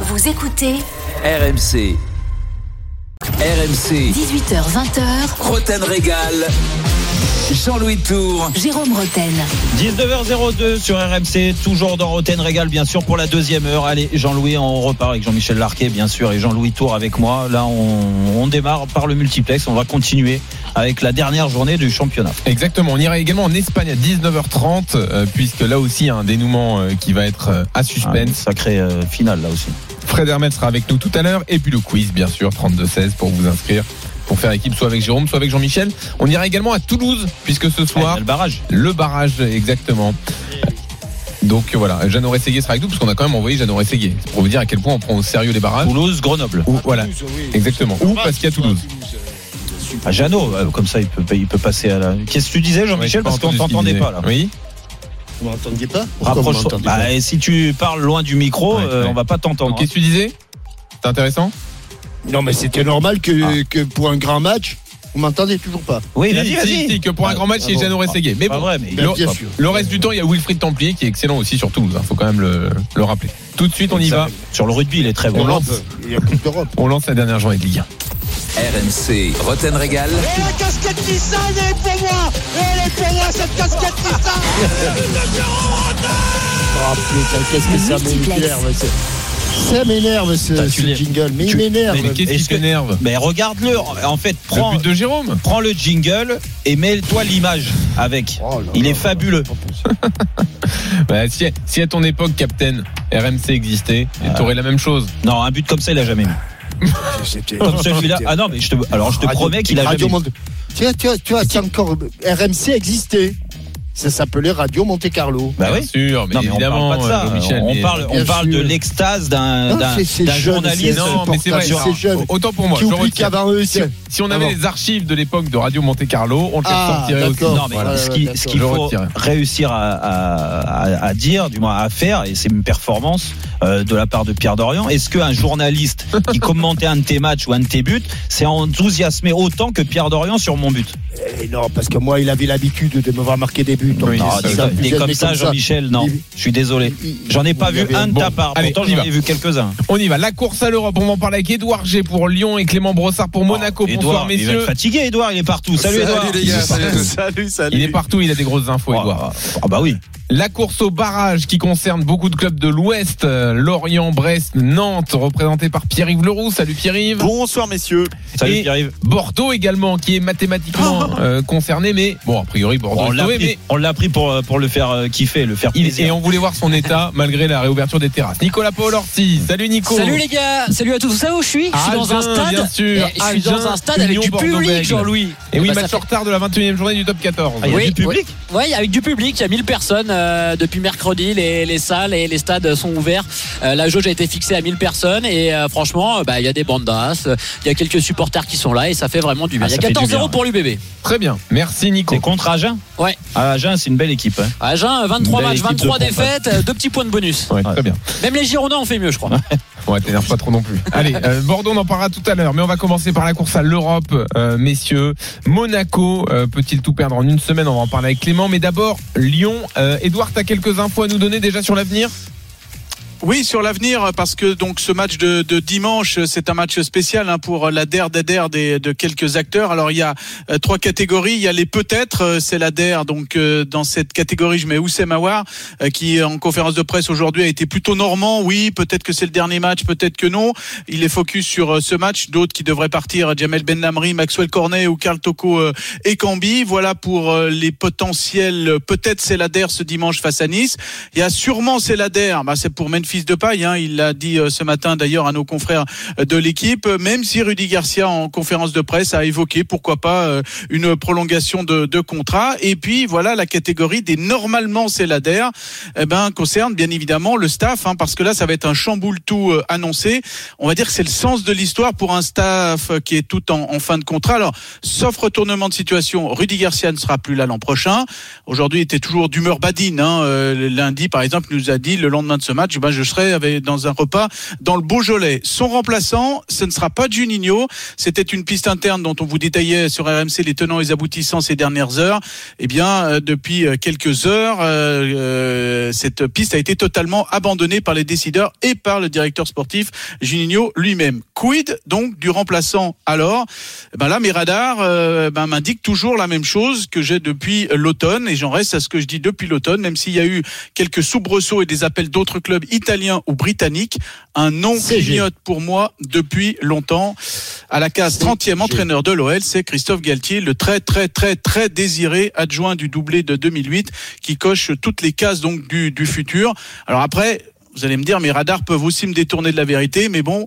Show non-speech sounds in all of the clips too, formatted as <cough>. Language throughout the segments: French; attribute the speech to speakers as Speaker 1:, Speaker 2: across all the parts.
Speaker 1: Vous écoutez
Speaker 2: RMC. RMC.
Speaker 1: 18h20h,
Speaker 2: Roten Régal. Jean-Louis Tour.
Speaker 1: Jérôme Roten.
Speaker 3: 19h02 sur RMC, toujours dans Roten Régal, bien sûr, pour la deuxième heure. Allez, Jean-Louis, on repart avec Jean-Michel Larquet, bien sûr, et Jean-Louis Tour avec moi. Là, on, on démarre par le multiplex. On va continuer avec la dernière journée du championnat.
Speaker 4: Exactement, on ira également en Espagne à 19h30, euh, puisque là aussi, il y a un dénouement euh, qui va être euh, à
Speaker 3: Un
Speaker 4: suspense.
Speaker 3: sacré euh, finale, là aussi.
Speaker 4: Fred Hermel sera avec nous tout à l'heure, et puis le quiz, bien sûr, 32-16 pour vous inscrire, pour faire équipe soit avec Jérôme, soit avec Jean-Michel. On ira également à Toulouse, puisque
Speaker 3: Ah,
Speaker 4: ce
Speaker 3: il y a
Speaker 4: soir,
Speaker 3: le barrage.
Speaker 4: le barrage, exactement. Donc voilà, Jeannot Rességuier sera avec nous, parce qu'on a quand même envoyé Jeannot Rességuier. C'est pour vous dire à quel point on prend au sérieux les barrages.
Speaker 3: Toulouse, Grenoble.
Speaker 4: Ou, voilà,
Speaker 5: Ah, Toulouse, oui.
Speaker 4: exactement. Ou parce qu'il y a Toulouse.
Speaker 3: À Jeannot, euh, comme ça, il peut, il peut passer à la. Qu'est-ce que tu disais, Jean-Michel Parce qu'on
Speaker 4: ne
Speaker 3: t'entendait pas, là.
Speaker 4: Oui
Speaker 5: Vous m'entendiez pas Pourquoi vous
Speaker 3: Rapproche-toi.
Speaker 5: m'entendiez pas
Speaker 3: Bah, et si tu parles loin du micro,
Speaker 4: Ouais,
Speaker 3: euh,
Speaker 4: ouais.
Speaker 3: on va pas t'entendre.
Speaker 4: Donc, Qu'est-ce que tu disais C'est intéressant
Speaker 5: Non, mais c'était normal que, que pour un grand match, vous m'entendez toujours pas.
Speaker 3: Oui,
Speaker 4: Si,
Speaker 3: vas-y,
Speaker 4: si,
Speaker 3: vas-y.
Speaker 4: si, que pour un grand match,
Speaker 5: Ah
Speaker 4: il y a
Speaker 5: bon.
Speaker 4: Jeannot Rességuier. Mais
Speaker 3: Pas
Speaker 4: bon,
Speaker 3: vrai, mais
Speaker 5: Bien,
Speaker 4: le,
Speaker 5: bien sûr.
Speaker 4: le reste du temps, il y a Wilfried Templier qui est excellent aussi sur Toulouse. Il faut quand même le, le rappeler. Tout de suite, on y va.
Speaker 3: sur le rugby, il est très
Speaker 4: On
Speaker 3: bon.
Speaker 4: lance,
Speaker 5: Il y a plus d'Europe.
Speaker 4: on lance la dernière journée de Ligue 1.
Speaker 2: RMC. Roten Régal.
Speaker 6: Et la casquette Nissan, elle est pour moi Elle est pour moi cette casquette Nissan
Speaker 5: Oh putain, qu'est-ce que ça
Speaker 1: Multiplex.
Speaker 5: m'énerve. ce- Ça m'énerve
Speaker 3: Bah,
Speaker 5: ce,
Speaker 3: tu
Speaker 5: ce
Speaker 3: l'es-
Speaker 5: jingle. Mais
Speaker 3: tu-
Speaker 5: il m'énerve.
Speaker 4: Mais qu'est-ce qui
Speaker 3: Est-ce que-
Speaker 4: t'énerve
Speaker 3: Mais regarde-le. En fait, prends.
Speaker 4: Le but de Jérôme
Speaker 3: Prends le jingle et mets-toi l'image avec.
Speaker 5: Oh là
Speaker 3: Il
Speaker 5: là
Speaker 3: est
Speaker 5: là <laughs>
Speaker 3: fabuleux.
Speaker 5: là, pas possible.
Speaker 4: <laughs> bah, si, si à ton époque, Captain, RMC existait, t'aurais la même chose.
Speaker 3: Ah. Non, un but comme ça, il a jamais mis.
Speaker 5: Ah, C'était-
Speaker 3: Comme
Speaker 5: <laughs>
Speaker 3: celui-là. Ah non, mais je te, alors je te
Speaker 5: Radio-
Speaker 3: promets qu'il a
Speaker 5: Radio
Speaker 3: jamais mis.
Speaker 5: Monte- Tu vois, tu vois, tu vois, c'est encore. RMC existait. Ça s'appelait Radio Monte Carlo.
Speaker 3: Bah
Speaker 4: bien
Speaker 3: oui.
Speaker 4: sûr, mais
Speaker 3: Non, mais
Speaker 4: évidemment, euh,
Speaker 3: on parle
Speaker 5: euh,
Speaker 3: pas de ça.
Speaker 4: Jean-Michel,
Speaker 3: on
Speaker 4: mais-
Speaker 3: parle, on
Speaker 5: Bien
Speaker 3: parle de
Speaker 5: sûr.
Speaker 3: l'extase d'un,
Speaker 5: Non,
Speaker 3: d'un,
Speaker 5: c'est- c'est
Speaker 3: d'un
Speaker 5: jeune,
Speaker 3: journaliste.
Speaker 5: c'est-
Speaker 4: Non, mais c'est vrai.
Speaker 5: Supportage,
Speaker 4: alors,
Speaker 5: c'est jeune.
Speaker 4: Autant pour moi.
Speaker 5: qui
Speaker 4: je le
Speaker 5: oublie
Speaker 4: retire.
Speaker 5: qu'avant eux,
Speaker 4: Si,
Speaker 5: c'est-
Speaker 4: si on avait
Speaker 5: Avant.
Speaker 4: les archives de l'époque de Radio Monte Carlo, on te les
Speaker 5: Ah,
Speaker 4: sortirait aussi.
Speaker 5: d'accord.
Speaker 3: Non, mais
Speaker 5: Voilà,
Speaker 3: ce qui-
Speaker 5: ouais,
Speaker 3: ce qu'il
Speaker 4: d'accord. Je
Speaker 3: faut
Speaker 4: retire.
Speaker 3: réussir à, à- à- à dire, du moins à faire, et c'est une performance euh, de la part de Pierre Dorian, est-ce qu'un journaliste
Speaker 4: <laughs>
Speaker 3: qui commentait un de tes matchs ou un de tes buts s'est enthousiasmé autant que Pierre Dorian sur mon but
Speaker 5: Eh non, parce que moi, il avait l'habitude de me voir marquer des buts. Donc,
Speaker 4: Oui,
Speaker 3: Non,
Speaker 5: ça,
Speaker 4: c'est
Speaker 3: des-
Speaker 5: ça,
Speaker 3: des
Speaker 5: mais
Speaker 3: comme ça, Jean-Michel, non.
Speaker 5: il-
Speaker 3: Je suis désolé.
Speaker 5: il-
Speaker 3: J'en ai pas
Speaker 5: il
Speaker 3: vu
Speaker 5: y avait-
Speaker 3: un de
Speaker 4: bon,
Speaker 3: ta part.
Speaker 4: allez,
Speaker 3: Pourtant,
Speaker 4: on y
Speaker 3: j'en
Speaker 4: va.
Speaker 3: ai vu quelques-uns.
Speaker 4: On y va. La course à l'Europe, on va en parler avec Édouard G pour Lyon et Clément Brossard pour Monaco. Bonsoir,
Speaker 3: Ah, Édouard, Il va
Speaker 4: messieurs.
Speaker 3: être fatigué, Edouard, il est partout. Salut, Edouard. <laughs>
Speaker 7: salut, salut.
Speaker 4: Il est partout, il a des grosses infos, Edouard.
Speaker 3: Ah, ah bah oui.
Speaker 4: La course au barrage qui concerne beaucoup de clubs de l'Ouest, euh, Lorient, Brest, Nantes, représenté par Pierre-Yves Leroux. Salut Pierre-Yves.
Speaker 7: Bonsoir messieurs.
Speaker 3: Salut
Speaker 4: Et-
Speaker 3: Pierre-Yves.
Speaker 4: Bordeaux également, qui
Speaker 7: <laughs>
Speaker 4: est mathématiquement euh, concerné, mais bon, a priori, Bordeaux
Speaker 3: On
Speaker 4: est
Speaker 3: l'a
Speaker 4: sauvé,
Speaker 3: pris,
Speaker 4: mais
Speaker 3: on l'a pris pour, euh, pour le faire euh, kiffer, le faire
Speaker 4: il- et
Speaker 3: plaisir.
Speaker 4: on voulait voir
Speaker 3: <laughs>
Speaker 4: son état malgré la réouverture des terrasses. Nicolas Paul Orsi, salut Nico.
Speaker 8: Salut les gars, salut à tous. Vous savez où je suis Je suis dans un
Speaker 4: Agen,
Speaker 8: stade.
Speaker 4: bien
Speaker 8: Eh,
Speaker 4: sûr.
Speaker 8: Je suis dans
Speaker 4: Agen,
Speaker 8: un stade avec
Speaker 4: Union
Speaker 8: du
Speaker 4: Bordeaux-Bègles.
Speaker 8: public, Jean-Louis.
Speaker 4: Et oui,
Speaker 8: Bah, ça
Speaker 4: match
Speaker 8: fait-
Speaker 4: en retard de la 21 e journée du top 14.
Speaker 3: Ah, Eh il y a
Speaker 8: oui,
Speaker 3: du public
Speaker 8: Ouais, avec du public, il y a 1000 personnes euh, depuis mercredi. Les, les salles et les stades sont ouverts. Euh, la jauge a été fixée à 1000 personnes et euh, franchement, euh, bah, il y a des bandas, euh, il y a quelques supporters qui sont là et ça fait vraiment
Speaker 4: Eh
Speaker 8: du bien.
Speaker 3: Ah,
Speaker 8: Il y a
Speaker 3: ça fait du
Speaker 8: 14
Speaker 3: bien,
Speaker 8: euros pour l'UBB.
Speaker 4: Très bien. Merci Nico.
Speaker 3: C'est contre Agen
Speaker 8: Ouais.
Speaker 3: Ah, Agen, c'est une belle équipe. hein.
Speaker 8: À Agen, euh, 23
Speaker 3: Belle
Speaker 8: matchs,
Speaker 3: équipe de
Speaker 8: 23
Speaker 3: France,
Speaker 8: défaites, euh, deux petits points de bonus.
Speaker 4: Ouais, très bien.
Speaker 8: Même les Girondins ont fait mieux, je <laughs> crois.
Speaker 4: Ouais, t'énerve pas trop non plus. <laughs> Allez, euh, Bordeaux, on en parlera tout à l'heure, mais on va commencer par la course à l'Europe, euh, messieurs. Monaco euh, peut-il tout perdre en une semaine On va en parler avec Clément, mais d'abord Lyon. Euh, Edouard, t'as quelques infos à nous donner déjà sur l'avenir
Speaker 7: Oui, sur l'avenir, parce que donc ce match de, de dimanche, c'est un match spécial hein, pour la DER des DER des, de quelques acteurs. Alors il y a euh, trois catégories. Il y a les peut-être, euh, c'est la DER. Donc euh, dans cette catégorie, je mets Oussem Aouar, euh, qui en conférence de presse aujourd'hui a été plutôt normand. Oui, peut-être que c'est le dernier match, peut-être que non. Il est focus sur euh, ce match. D'autres qui devraient partir, Jamel Benlamri, Maxwell Cornet ou Carl Toko euh, et Cambi. Voilà pour euh, les potentiels. euh, Peut-être c'est la DER ce dimanche face à Nice. Il y a sûrement Célader, bah c'est pour Memphis Depay, hein, il l'a dit euh, ce matin d'ailleurs à nos confrères euh, de l'équipe, Euh, même si Rudy Garcia en conférence de presse a évoqué pourquoi pas euh, une prolongation de, de contrat. Et puis voilà la catégorie des normalement Célader, eh ben concerne bien évidemment le staff, hein, parce que là ça va être un chamboule tout euh, annoncé. On va dire que c'est le sens de l'histoire pour un staff euh, qui est tout en, en fin de contrat. Alors sauf retournement de situation, Rudy Garcia ne sera plus là l'an prochain. Aujourd'hui, il était toujours d'humeur badine. Hein. Euh, Lundi, par exemple, il nous a dit le lendemain de ce match, ben, je serai avec, dans un repas dans le Beaujolais. Son remplaçant, ce ne sera pas Juninho. C'était une piste interne dont on vous détaillait sur RMC les tenants et les aboutissants ces dernières heures. Eh bien, euh, depuis euh, quelques heures, euh, euh, cette piste a été totalement abandonnée par les décideurs et par le directeur sportif Juninho lui-même. Quid donc du remplaçant alors Eh ben Là, mes radars euh, ben, m'indiquent toujours la même chose que j'ai depuis l'automne et j'en reste à ce que je dis depuis l'automne, même s'il y a eu quelques soubresauts et des appels d'autres clubs italiens ou britanniques. Un nom
Speaker 5: CG.
Speaker 7: clignote pour moi depuis longtemps. À la case 30e entraîneur de l'OL, c'est Christophe Galtier, le très très très très désiré adjoint du doublé de 2008 qui coche toutes les cases donc du, du futur. Alors après, vous allez me dire, mes radars peuvent aussi me détourner de la vérité, mais bon,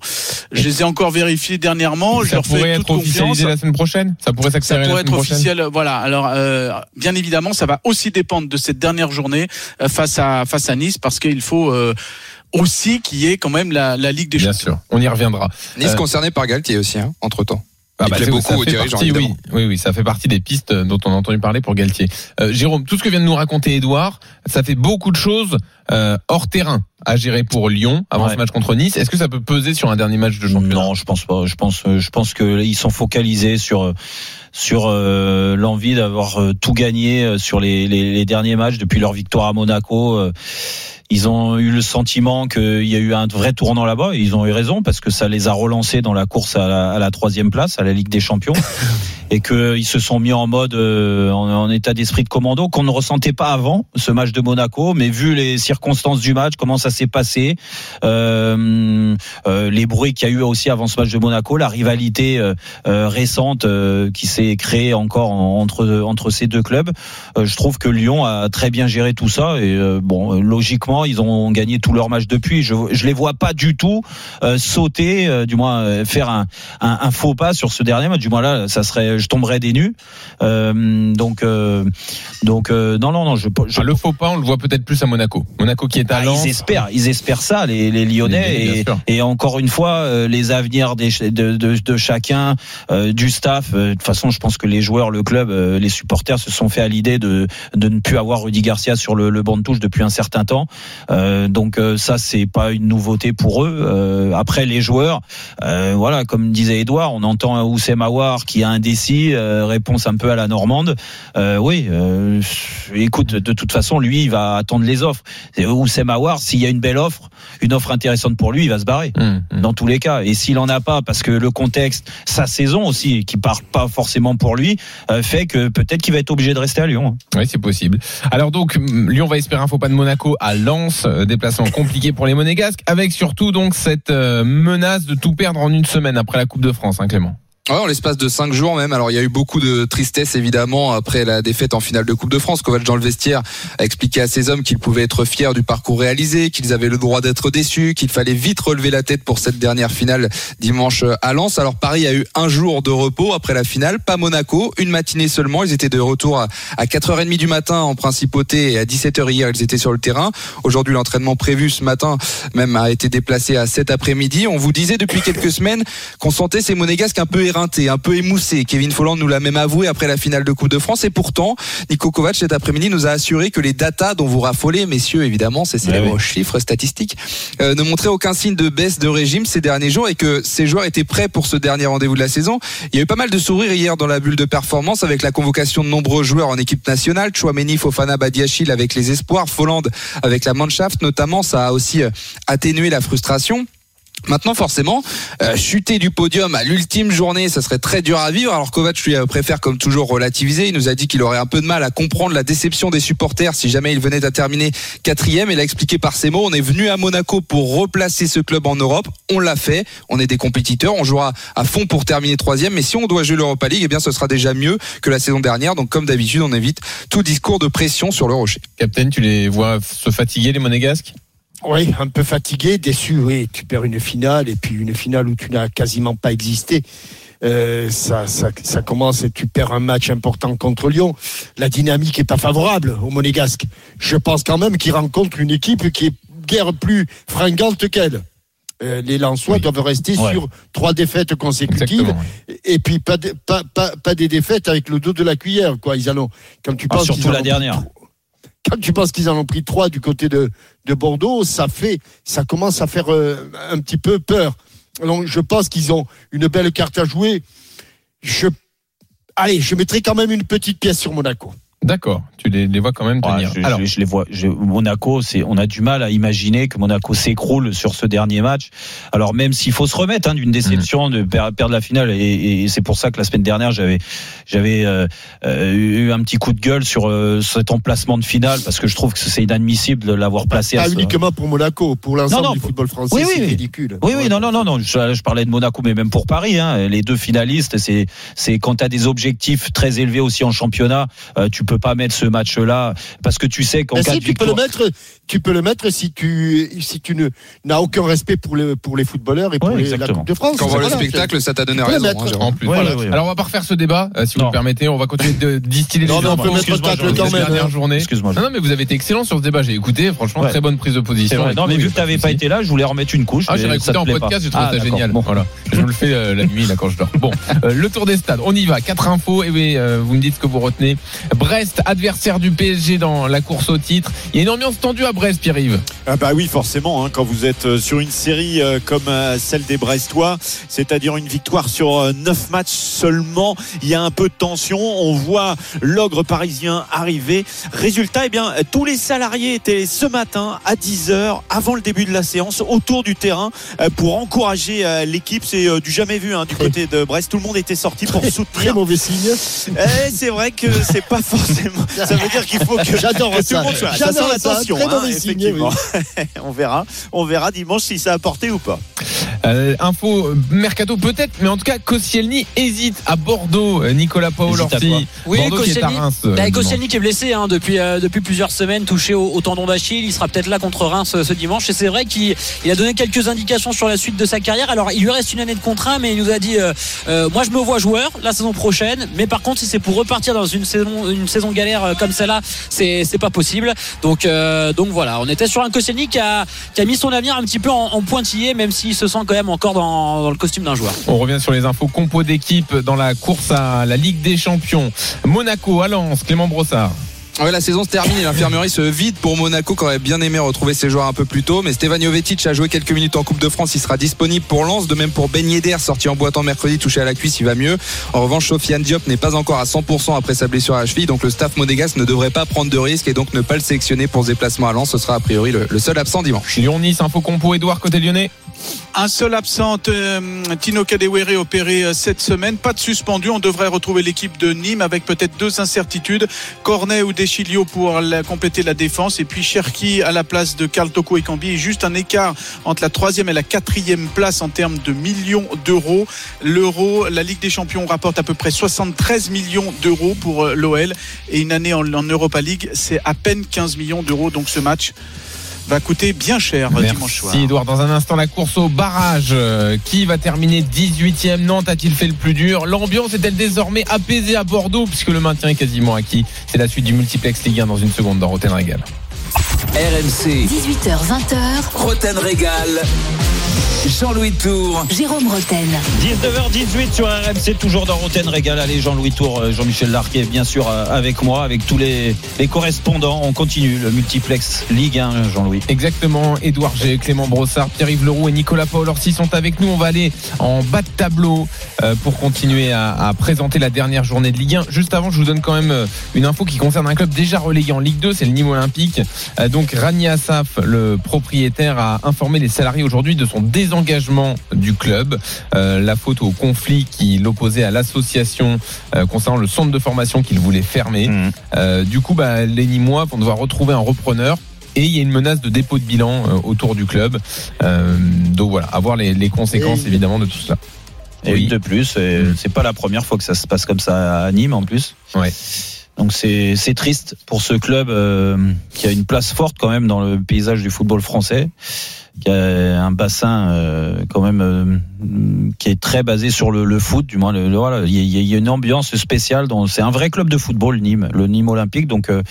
Speaker 7: je les ai encore vérifiés dernièrement. je
Speaker 4: Ça
Speaker 7: leur
Speaker 4: pourrait
Speaker 7: fais toute
Speaker 4: être
Speaker 7: confiance.
Speaker 4: officialisé la semaine prochaine Ça pourrait
Speaker 7: Ça
Speaker 4: s'accélérer la
Speaker 7: pourrait
Speaker 4: semaine
Speaker 7: être
Speaker 4: prochaine
Speaker 7: officiel, voilà. Alors, euh, bien évidemment, ça va aussi dépendre de cette dernière journée euh, face à face à Nice, parce qu'il faut euh, aussi qu'il y ait quand même la, la Ligue des
Speaker 4: Bien
Speaker 7: Champions.
Speaker 4: sûr, on y reviendra.
Speaker 9: Nice
Speaker 4: Euh,
Speaker 9: concerné par Galtier aussi, hein, entre temps.
Speaker 4: Ah
Speaker 9: Il plaît
Speaker 4: ça-
Speaker 9: beaucoup
Speaker 4: ça
Speaker 9: aux
Speaker 4: fait
Speaker 9: dirigeants,
Speaker 4: partie, oui,
Speaker 9: évidemment.
Speaker 4: oui, oui, ça fait partie des pistes euh, dont on a entendu parler pour Galtier. Euh, Jérôme, tout ce que vient de nous raconter Edouard, ça fait beaucoup de choses euh, hors terrain à gérer pour Lyon avant
Speaker 3: Ouais.
Speaker 4: ce match contre Nice. Est-ce que ça peut peser sur un dernier match de championnat
Speaker 3: Non, je pense pas. Je pense, euh, je pense que là, ils sont focalisés sur euh, sur euh, l'envie d'avoir euh, tout gagné euh, sur les, les, les derniers matchs depuis leur victoire à Monaco. euh, Ils ont eu le sentiment qu'il y a eu un vrai tournant là-bas. et Ils ont eu raison parce que ça les a relancés dans la course à la, à la troisième place, à la Ligue des Champions, et qu'ils se sont mis en mode, euh, en, en état d'esprit de commando qu'on ne ressentait pas avant ce match de Monaco. Mais vu les circonstances du match, comment ça s'est passé, euh, euh, les bruits qu'il y a eu aussi avant ce match de Monaco, la rivalité euh, euh, récente euh, qui s'est créée encore en- entre entre ces deux clubs. Euh, je trouve que Lyon a très bien géré tout ça et euh, bon, euh, logiquement, ils ont gagné tous leurs matchs depuis. Je je les vois pas du tout euh, sauter, euh, du moins euh, faire un, un, un faux pas sur ce dernier match. Du moins là, ça serait, je tomberais des nues. Euh, donc euh, donc euh, non non non, je, je
Speaker 4: Ah, Le faux pas, on le voit peut-être plus à Monaco. Monaco qui est à
Speaker 7: Ah,
Speaker 3: bah,
Speaker 4: Lens.
Speaker 3: ils espèrent, ils espèrent ça, les, les
Speaker 4: Les- bien
Speaker 3: Lyonnais.
Speaker 4: sûr.
Speaker 3: Et, et encore une fois, euh, les avenirs des, ch- de, de, de chacun, euh, du staff. euh, De toute façon, je pense que les joueurs, le club, euh, les supporters se sont fait à l'idée de, de ne plus avoir Rudy Garcia sur le, le banc de touche depuis un certain temps. Euh, donc euh, ça, c'est pas une nouveauté pour eux. Euh, après, les joueurs, euh, voilà, comme disait Edouard, on entend Oussem Aouar qui a indécis, euh, réponse un peu à la Normande. Euh, oui, euh, écoute, de toute façon, lui, il va attendre les offres. Et Oussem Aouar, s'il y a une belle offre, une offre intéressante pour lui, il va se barrer.
Speaker 4: Hum, hum.
Speaker 3: Dans tous les cas, et s'il en a pas, parce que le contexte, sa saison aussi, qui parle pas forcément pour lui, euh, fait que peut-être qu'il va être obligé de rester à Lyon.
Speaker 4: Oui, c'est possible. Alors donc, hum, Lyon va espérer un faux pas de Monaco à Lens, euh, déplacement compliqué pour les Monégasques, avec surtout donc cette euh, menace de tout perdre en une semaine après la Coupe de France, hein, Clément.
Speaker 9: Ouais, en l'espace de cinq jours même. Alors il y a eu beaucoup de tristesse évidemment après la défaite en finale de Coupe de France. Kovac dans le vestiaire a expliqué à ses hommes qu'ils pouvaient être fiers du parcours réalisé, qu'ils avaient le droit d'être déçus, qu'il fallait vite relever la tête pour cette dernière finale dimanche à Lens. Alors Paris a eu un jour de repos après la finale, pas Monaco, une matinée seulement. Ils étaient de retour à à 4h30 du matin en principauté et à 17h hier ils étaient sur le terrain. Aujourd'hui l'entraînement prévu ce matin même a été déplacé à cet après-midi. On vous disait depuis quelques semaines qu'on sentait ces monégasques un peu éreintés, un peu émoussés. Kevin Folland nous l'a même avoué après la finale de Coupe de France. Et pourtant, Nico Kovac cet après-midi nous a assuré que les datas dont vous raffolez, messieurs, évidemment, ces célèbres chiffres statistiques, euh, ne montraient aucun signe de baisse de régime ces derniers jours et que ces joueurs étaient prêts pour ce dernier rendez-vous de la saison. Il y a eu pas mal de sourires hier dans la bulle de performance avec la convocation de nombreux joueurs en équipe nationale. Chouameni, Fofana, Badiachil avec les espoirs, Folland avec la Mannschaft notamment. Ça a aussi euh, atténué la frustration. Maintenant, forcément, euh, chuter du podium à l'ultime journée, ça serait très dur à vivre. Alors Kovac lui euh, préfère comme toujours relativiser. Il nous a dit qu'il aurait un peu de mal à comprendre la déception des supporters si jamais il venait à terminer quatrième. Il a expliqué par ces mots, on est venu à Monaco pour replacer ce club en Europe. On l'a fait. On est des compétiteurs. On jouera à fond pour terminer troisième. Mais si on doit jouer l'Europa League, eh bien, ce sera déjà mieux que la saison dernière. Donc, comme d'habitude, on évite tout discours de pression sur le rocher.
Speaker 4: Captain, tu les vois se fatiguer les Monégasques
Speaker 5: Oui, un peu fatigué, déçu, oui. Tu perds une finale et puis une finale où tu n'as quasiment pas existé. Euh, ça, ça, ça commence et tu perds un match important contre Lyon. La dynamique est pas favorable au Monégasque. Je pense quand même qu'ils rencontrent une équipe qui est guère plus fringante qu'elle. Euh, les Lensois
Speaker 4: Oui.
Speaker 5: doivent rester
Speaker 3: Ouais.
Speaker 5: sur trois défaites consécutives
Speaker 4: Exactement.
Speaker 5: et puis pas, des- pas, pas, pas des défaites avec le dos de la cuillère. Quoi. Ils en ont, quand tu
Speaker 3: Ah,
Speaker 5: penses qu'ils
Speaker 3: surtout
Speaker 5: en
Speaker 3: la
Speaker 5: ont-
Speaker 3: dernière.
Speaker 5: quand tu penses qu'ils en ont pris trois du côté de, de Bordeaux, ça fait, ça commence à faire euh, un petit peu peur. Donc, je pense qu'ils ont une belle carte à jouer. Je, allez, je mettrai quand même une petite pièce sur Monaco.
Speaker 4: D'accord, tu les, les vois quand même
Speaker 3: Ouais,
Speaker 4: tenir.
Speaker 3: je,
Speaker 4: Alors,
Speaker 3: je- je les vois. Je- Monaco, c'est, on a du mal à imaginer que Monaco s'écroule sur ce dernier match. Alors même s'il faut se remettre hein, d'une
Speaker 4: Mmh.
Speaker 3: déception de per- perdre la finale, et, et c'est pour ça que la semaine dernière j'avais j'avais euh, euh, eu un petit coup de gueule sur euh, cet emplacement de finale parce que je trouve que c'est inadmissible de l'avoir placé. à
Speaker 5: Pas
Speaker 3: ce-
Speaker 5: uniquement pour Monaco, pour
Speaker 3: Non, non,
Speaker 5: l'ensemble du football français,
Speaker 3: oui, oui,
Speaker 5: c'est
Speaker 3: oui.
Speaker 5: ridicule.
Speaker 3: Oui, oui, non, non, non, non. Je, je parlais de Monaco, mais même pour Paris, hein, les deux finalistes, c'est, c'est quand tu as des objectifs très élevés aussi en championnat, euh, tu peux pas mettre ce match-là parce que tu sais qu'en
Speaker 5: Ben
Speaker 3: cas
Speaker 5: si,
Speaker 3: de
Speaker 5: tu peux
Speaker 3: victoire.
Speaker 5: le mettre, tu peux le mettre si tu, si tu ne- n'as aucun respect pour, le, pour les footballeurs et pour
Speaker 3: Ouais,
Speaker 5: les- la
Speaker 3: exactement.
Speaker 5: Coupe de France.
Speaker 9: Quand on voit le
Speaker 5: Voilà,
Speaker 9: spectacle, ça t'a donné
Speaker 5: tu peux
Speaker 9: raison.
Speaker 5: le mettre.
Speaker 9: hein, Jérôme.
Speaker 4: en plus,
Speaker 3: Ouais,
Speaker 4: voilà.
Speaker 3: ouais, ouais.
Speaker 4: Alors, on va pas refaire ce débat, euh, si vous
Speaker 3: Non.
Speaker 4: le permettez. On va continuer
Speaker 3: <laughs>
Speaker 4: de distiller les
Speaker 5: Non, mais on
Speaker 4: infos.
Speaker 5: peut mettre
Speaker 3: Excuse-moi,
Speaker 5: tacle
Speaker 3: Jean-Louis,
Speaker 5: quand
Speaker 4: Cette
Speaker 5: même.
Speaker 4: dernière
Speaker 5: hein.
Speaker 4: journée.
Speaker 3: Excuse-moi.
Speaker 4: Non, non, mais vous avez été excellent sur ce débat. J'ai écouté, franchement,
Speaker 3: Ouais.
Speaker 4: très bonne prise de
Speaker 3: C'est
Speaker 4: position.
Speaker 3: vrai. Non, mais
Speaker 4: Oui,
Speaker 3: vu
Speaker 4: oui,
Speaker 3: que t'avais
Speaker 4: pas
Speaker 3: pas
Speaker 4: de
Speaker 3: été là, je voulais en remettre une couche.
Speaker 4: Ah, j'ai
Speaker 3: mais ça
Speaker 4: réécouté
Speaker 3: te
Speaker 4: en
Speaker 3: plaît pas.
Speaker 4: podcast, j'ai trouvé
Speaker 3: Ah,
Speaker 4: ça
Speaker 3: d'accord.
Speaker 4: génial.
Speaker 3: Bon.
Speaker 4: Voilà. Je me le fais euh, la nuit, là, quand je dors. Bon, euh, le tour des stades, on y va. Quatre infos, et oui, euh, vous me dites ce que vous retenez. Brest, adversaire du PSG dans la course au titre. Il y a une ambiance tendue à Brest, Pierre-Yves.
Speaker 10: Ah bah oui, forcément, hein, quand vous êtes euh, sur une série euh, comme euh, celle des Brestois, c'est-à-dire une victoire sur euh, neuf matchs seulement, il y a un peu de tension, on voit l'ogre parisien arriver. Résultat, eh bien, tous les salariés étaient ce matin à 10h, avant le début de la séance, autour du terrain euh, pour encourager euh, l'équipe. C'est euh, du jamais vu hein, du côté de Brest, tout le monde était sorti pour
Speaker 5: Très
Speaker 10: soutenir.
Speaker 5: mauvais signe.
Speaker 10: Eh, c'est vrai que c'est pas forcément... Ça veut dire qu'il faut que
Speaker 5: <laughs> J'adore
Speaker 10: que tout
Speaker 5: ça.
Speaker 10: le monde soit là. Ça sent
Speaker 5: J'adore
Speaker 10: la
Speaker 5: ça.
Speaker 10: tension,
Speaker 5: Très
Speaker 10: hein,
Speaker 5: mauvais signe,
Speaker 10: effectivement. <laughs> on verra, on verra dimanche si ça a porté ou pas.
Speaker 4: Euh, info euh, mercato peut-être, mais en tout cas, Koscielny hésite à Bordeaux. Euh, Nicolas
Speaker 3: Hésite à
Speaker 4: Paolorti,
Speaker 8: Oui,
Speaker 4: Bordeaux qui est à
Speaker 8: Koscielny.
Speaker 4: Reims. euh,
Speaker 8: Bah,
Speaker 4: dimanche.
Speaker 8: Koscielny qui est blessé hein, depuis, euh, depuis plusieurs semaines, touché au, au tendon d'Achille. Il sera peut-être là contre Reims euh, ce dimanche. Et c'est vrai qu'il il a donné quelques indications sur la suite de sa carrière. Alors, il lui reste une année de contrat, mais il nous a dit euh, euh, Moi, je me vois joueur la saison prochaine. Mais par contre, si c'est pour repartir dans une saison, une saison galère euh, comme celle-là, c'est c'est pas possible. Donc, euh, donc voilà, on était sur un Koscielny qui a, qui a mis son avenir un petit peu en, en pointillé, même s'il se sent quand même encore dans, dans le costume d'un joueur.
Speaker 4: On revient sur les infos compo d'équipe dans la course à la Ligue des Champions. Monaco à Lens, Clément Brossard.
Speaker 9: Ah Ouais, la saison se termine et l'infirmerie se vide pour Monaco qui aurait bien aimé retrouver ses joueurs un peu plus tôt. Mais Stéphane Jovetic a joué quelques minutes en Coupe de France, il sera disponible pour Lens. De même pour Ben Yedder, sorti en boitant mercredi, touché à la cuisse, il va mieux. En revanche, Sofiane Diop n'est pas encore à 100% après sa blessure à la cheville, donc le staff Monégas ne devrait pas prendre de risque et donc ne pas le sélectionner pour ce déplacement à Lens. Ce sera a priori le, le seul absent dimanche.
Speaker 4: Lyon-Nice, info compo, Edouard, côté lyonnais.
Speaker 7: Un seul absent, euh, Tino Kadewere opéré euh, cette semaine. Pas de suspendu. On devrait retrouver l'équipe de Nîmes avec peut-être deux incertitudes. Cornet ou Deschilio pour la- compléter la défense. Et puis Cherki à la place de Karl Toko et Cambi. Et juste un écart entre la troisième et la quatrième place en termes de millions d'euros. L'euro, la Ligue des Champions rapporte à peu près 73 millions d'euros pour euh, l'OL. Et une année en, en Europa League, c'est à peine 15 millions d'euros. Donc ce match va coûter bien cher euh, dimanche soir.
Speaker 4: Merci Edouard. Dans un instant, la course au barrage. Euh, Qui va terminer 18e Nantes a-t-il fait le plus dur L'ambiance est-elle désormais apaisée à Bordeaux puisque le maintien est quasiment acquis C'est la suite du multiplex Ligue 1 dans une seconde dans Roten Régal.
Speaker 2: RMC,
Speaker 1: 18h, 20h,
Speaker 2: Roten Régal, Jean-Louis Tour.
Speaker 1: Jérôme Roten.
Speaker 3: 19h18 sur RMC, toujours <laughs> dans Roten Régal. Allez, Jean-Louis Tour, euh, Jean-Michel Larquet, bien sûr, euh, avec moi, avec tous les, les correspondants. On continue le multiplex Ligue 1, Jean-Louis.
Speaker 4: Exactement, Edouard G, Clément Brossard, Pierre-Yves Leroux et Nicolas Paul Orsi sont avec nous. On va aller en bas de tableau euh, pour continuer à, à présenter la dernière journée de Ligue 1. Juste avant, je vous donne quand même euh, une info qui concerne un club déjà relégué en Ligue 2, c'est le Nîmes Olympique. Euh, Donc Rani Assaf, le propriétaire, a informé les salariés aujourd'hui de son désengagement du club. Euh, la faute au conflit qui l'opposait à l'association euh, concernant le centre de formation qu'il voulait fermer. Euh, du coup, bah, les Nîmois vont devoir retrouver un repreneur. Et il y a une menace de dépôt de bilan euh, autour du club. Euh, donc voilà, avoir les, les conséquences
Speaker 5: Et-
Speaker 4: évidemment de tout cela.
Speaker 3: Et
Speaker 4: Oui.
Speaker 3: une de plus, et
Speaker 4: Mm.
Speaker 3: c'est pas la première fois que ça se passe comme ça à Nîmes en plus.
Speaker 4: Ouais.
Speaker 3: Donc c'est c'est triste pour ce club euh, qui a une place forte quand même dans le paysage du football français, qui a un bassin euh, quand même euh, qui est très basé sur le, le foot, du moins le, le- voilà, il y, a- il y a une ambiance spéciale. dans- C'est un vrai club de football Nîmes, le Nîmes Olympique. Donc euh,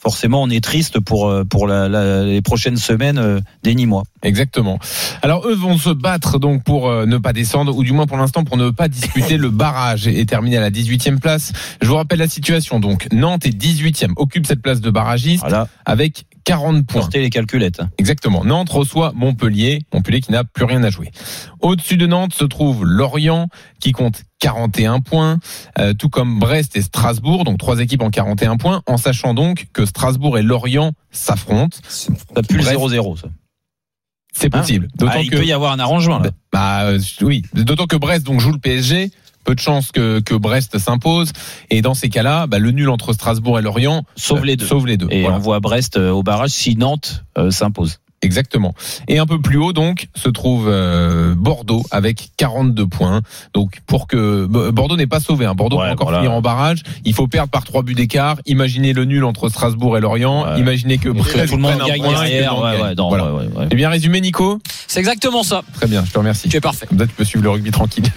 Speaker 3: forcément on est triste pour euh, pour la- la- les prochaines semaines euh, des Nîmois.
Speaker 4: Exactement. Alors eux vont se battre donc pour euh, ne pas descendre ou du moins pour l'instant pour ne pas disputer le barrage et, et terminer à la 18e place. Je vous rappelle la situation donc Nantes est 18e, occupe cette place de barragiste
Speaker 3: Voilà,
Speaker 4: avec 40 points.
Speaker 3: portez les calculettes.
Speaker 4: Exactement. Nantes reçoit Montpellier, Montpellier qui n'a plus rien à jouer. Au-dessus de Nantes se trouve Lorient qui compte 41 points, euh, tout comme Brest et Strasbourg, donc trois équipes en 41 points, en sachant donc que Strasbourg et Lorient s'affrontent.
Speaker 3: Ça pue le
Speaker 4: Bref.
Speaker 3: 0-0 ça.
Speaker 4: C'est
Speaker 3: Hein
Speaker 4: possible.
Speaker 3: Ah, il peut y avoir un arrangement là.
Speaker 4: Bah euh, oui, d'autant que Brest donc joue le PSG, peu de chances que, que Brest s'impose et dans ces cas-là, bah, le nul entre Strasbourg et Lorient
Speaker 3: Sauve
Speaker 4: euh,
Speaker 3: les deux.
Speaker 4: Sauve les deux.
Speaker 3: Et
Speaker 4: Voilà.
Speaker 3: on voit Brest euh, au barrage si Nantes euh, s'impose.
Speaker 4: Exactement. Et un peu plus haut donc se trouve euh, Bordeaux avec 42 points. Donc pour que B- Bordeaux n'est pas sauvé, hein. Bordeaux
Speaker 3: Ouais,
Speaker 4: peut encore
Speaker 3: voilà.
Speaker 4: finir en barrage, il faut perdre par trois buts d'écart. Imaginez le nul entre Strasbourg et Lorient,
Speaker 3: Ouais.
Speaker 4: imaginez que
Speaker 3: Et que
Speaker 4: Brest
Speaker 3: tout le monde
Speaker 4: prenne un
Speaker 3: gagne
Speaker 4: point et que
Speaker 3: derrière.
Speaker 4: Nantes
Speaker 3: ouais,
Speaker 4: gagne.
Speaker 3: ouais, non,
Speaker 4: Voilà.
Speaker 3: ouais, ouais, ouais.
Speaker 4: J'ai bien résumé Nico
Speaker 8: C'est exactement ça.
Speaker 4: Très bien, je te remercie.
Speaker 8: Tu es parfait.
Speaker 4: Comme ça tu peux suivre le rugby tranquille.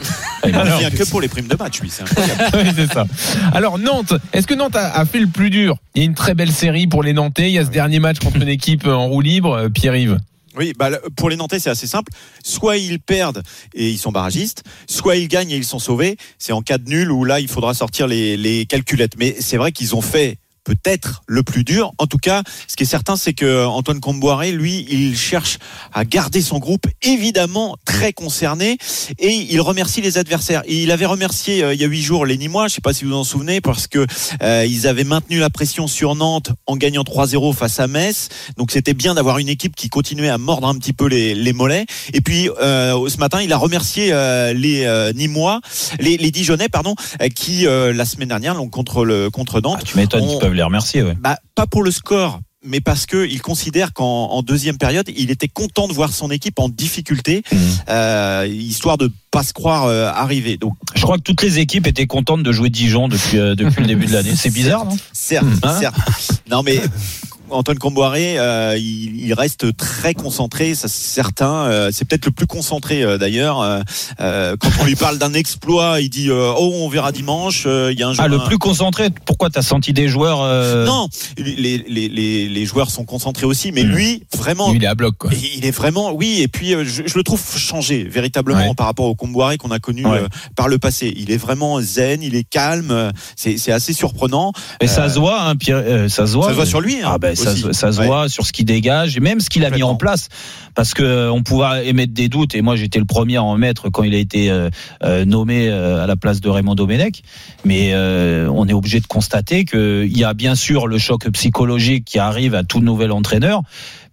Speaker 4: Eh ben
Speaker 10: Il ne vient Ah, que pour les <laughs> primes de match, lui. c'est
Speaker 4: <laughs>
Speaker 10: incroyable.
Speaker 4: Oui, c'est ça. Alors Nantes, est-ce que Nantes a, a fait le plus dur Il y a une très belle série pour les Nantais. Il y a ce dernier match contre une équipe en roue libre, euh, Pierre-Yves.
Speaker 10: Oui, bah, le- pour les Nantais, c'est assez simple. Soit ils perdent et ils sont barragistes, soit ils gagnent et ils sont sauvés. C'est en cas de nul où là, il faudra sortir les, les calculettes. Mais c'est vrai qu'ils ont fait peut-être le plus dur. En tout cas, ce qui est certain, c'est que Antoine Comboiré, lui, il cherche à garder son groupe évidemment très concerné et il remercie les adversaires. Et il avait remercié euh, il y a huit jours les Nîmois, je sais pas si vous en souvenez, parce que euh, ils avaient maintenu la pression sur Nantes en gagnant 3-0 face à Metz. Donc c'était bien d'avoir une équipe qui continuait à mordre un petit peu les, les mollets. Et puis euh, ce matin, il a remercié euh, les euh, Nîmois, les, les Dijonais, pardon, euh, qui euh, la semaine dernière, donc contre le contre Nantes,
Speaker 3: Ah, tu m'étonnes,
Speaker 10: On-
Speaker 3: ils peuvent les remercier. Ouais.
Speaker 10: bah, pas pour le score, mais parce que il considère qu'en en deuxième période, il était content de voir son équipe en difficulté,
Speaker 3: Mmh.
Speaker 10: euh, histoire de pas se croire euh, arriver. Donc
Speaker 3: Je crois que toutes les équipes étaient contentes de jouer Dijon depuis, euh, depuis le début de
Speaker 10: <laughs>
Speaker 3: l'année. C'est bizarre, non
Speaker 10: certes,
Speaker 3: Hein
Speaker 10: certes. Non mais Antoine Comboiré, euh, il, il reste très concentré, ça c'est certain. Euh, c'est peut-être le plus concentré euh, d'ailleurs. Euh, euh, quand on lui parle d'un exploit, il dit euh, oh on verra dimanche. Euh, Il y a un jour.
Speaker 3: Ah, le
Speaker 10: un-
Speaker 3: plus concentré, pourquoi t'as senti des joueurs. euh,
Speaker 10: Non, les, les, les, les joueurs sont concentrés aussi, mais
Speaker 4: Mm.
Speaker 10: lui vraiment
Speaker 4: Lui, il est à bloc quoi.
Speaker 10: Et Il est vraiment, oui, et puis euh, je, je le trouve changé véritablement
Speaker 4: Ouais.
Speaker 10: par rapport au Comboiré qu'on a connu
Speaker 3: Ouais.
Speaker 10: euh, par le passé. Il est vraiment zen, il est calme, euh, c'est c'est assez surprenant.
Speaker 3: Mais ça
Speaker 10: Euh,
Speaker 3: se voit, hein, Pierre, euh, ça se voit.
Speaker 10: ça se voit sur lui. hein,
Speaker 3: Ah ben, ça,
Speaker 10: aussi.
Speaker 3: se- ça se
Speaker 10: Ouais.
Speaker 3: voit sur ce qu'il dégage et même ce qu'il a mis
Speaker 10: Complètement.
Speaker 3: en place parce que euh, on pouvait émettre des doutes et moi j'étais le premier à en mettre quand il a été euh, euh, nommé euh, à la place de Raymond Domenech mais euh, on est obligé de constater que il y a bien sûr le choc psychologique qui arrive à tout nouvel entraîneur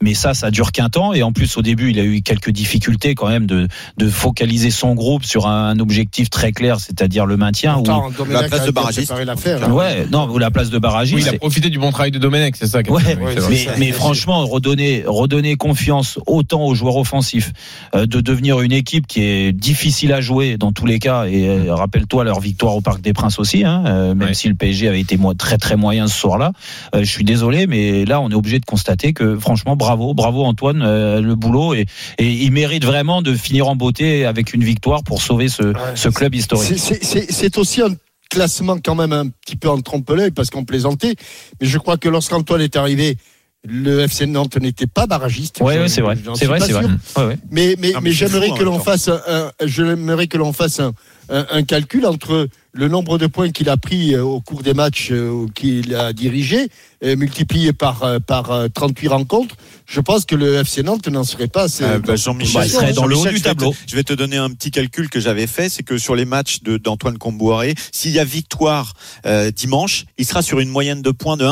Speaker 3: mais ça ça dure qu'un temps et en plus au début il a eu quelques difficultés quand même de, de focaliser son groupe sur un, un objectif très clair c'est-à-dire le maintien ou
Speaker 5: Attends, Domenech
Speaker 10: la place
Speaker 5: a
Speaker 10: de
Speaker 5: bien
Speaker 10: barragiste.
Speaker 5: préparé l'affaire, hein. là.
Speaker 3: ouais Eh, non ou la place de barragiste
Speaker 4: Oui, il
Speaker 3: c'est-
Speaker 4: a profité du bon travail de Domenech, c'est ça.
Speaker 3: Ouais,
Speaker 4: Catherine, c'est vrai.
Speaker 3: mais, mais franchement, redonner, redonner confiance autant aux joueurs offensifs, euh, de devenir une équipe qui est difficile à jouer dans tous les cas. Et euh, rappelle-toi leur victoire au Parc des Princes aussi, hein, euh, même
Speaker 4: Ouais.
Speaker 3: si le PSG avait été moi, très très moyen ce soir-là. Euh, je suis désolé, mais là on est obligé de constater que franchement, bravo, bravo Antoine, euh, le boulot et, et il mérite vraiment de finir en beauté avec une victoire pour sauver ce, ce club historique.
Speaker 5: C'est- c'est- C'est c'est aussi un classement quand même un petit peu en trompe-l'œil parce qu'on plaisantait. Mais je crois que lorsqu'Antoine est arrivé, le FC Nantes n'était pas barragiste.
Speaker 3: Ouais,
Speaker 5: Je-
Speaker 3: ouais, c'est vrai,
Speaker 5: j'en
Speaker 3: c'est
Speaker 5: suis
Speaker 3: vrai,
Speaker 5: pas
Speaker 3: c'est vrai. Mm.
Speaker 5: sûr.
Speaker 3: Ouais, ouais.
Speaker 5: Mais, mais,
Speaker 10: Non, mais
Speaker 5: mais
Speaker 10: c'est
Speaker 5: j'aimerais
Speaker 10: fou, en
Speaker 5: que l'on
Speaker 10: même temps.
Speaker 5: fasse, un, un- j'aimerais que l'on fasse un, un- un calcul entre le nombre de points qu'il a pris euh, au cours des matchs euh, qu'il a dirigés, euh, multiplié par, euh, par euh, 38 rencontres. Je pense que le FC Nantes n'en serait pas. à ces-
Speaker 10: Euh, bah, Jean-Michel,
Speaker 3: Bah, il serait dans le haut
Speaker 10: Jean-Michel,
Speaker 3: du
Speaker 10: je vais te-
Speaker 3: tableau.
Speaker 10: Je vais te donner un petit calcul que j'avais fait, c'est que sur les matchs de- d'Antoine Comboiré, s'il y a victoire euh, dimanche, il sera sur une moyenne de points de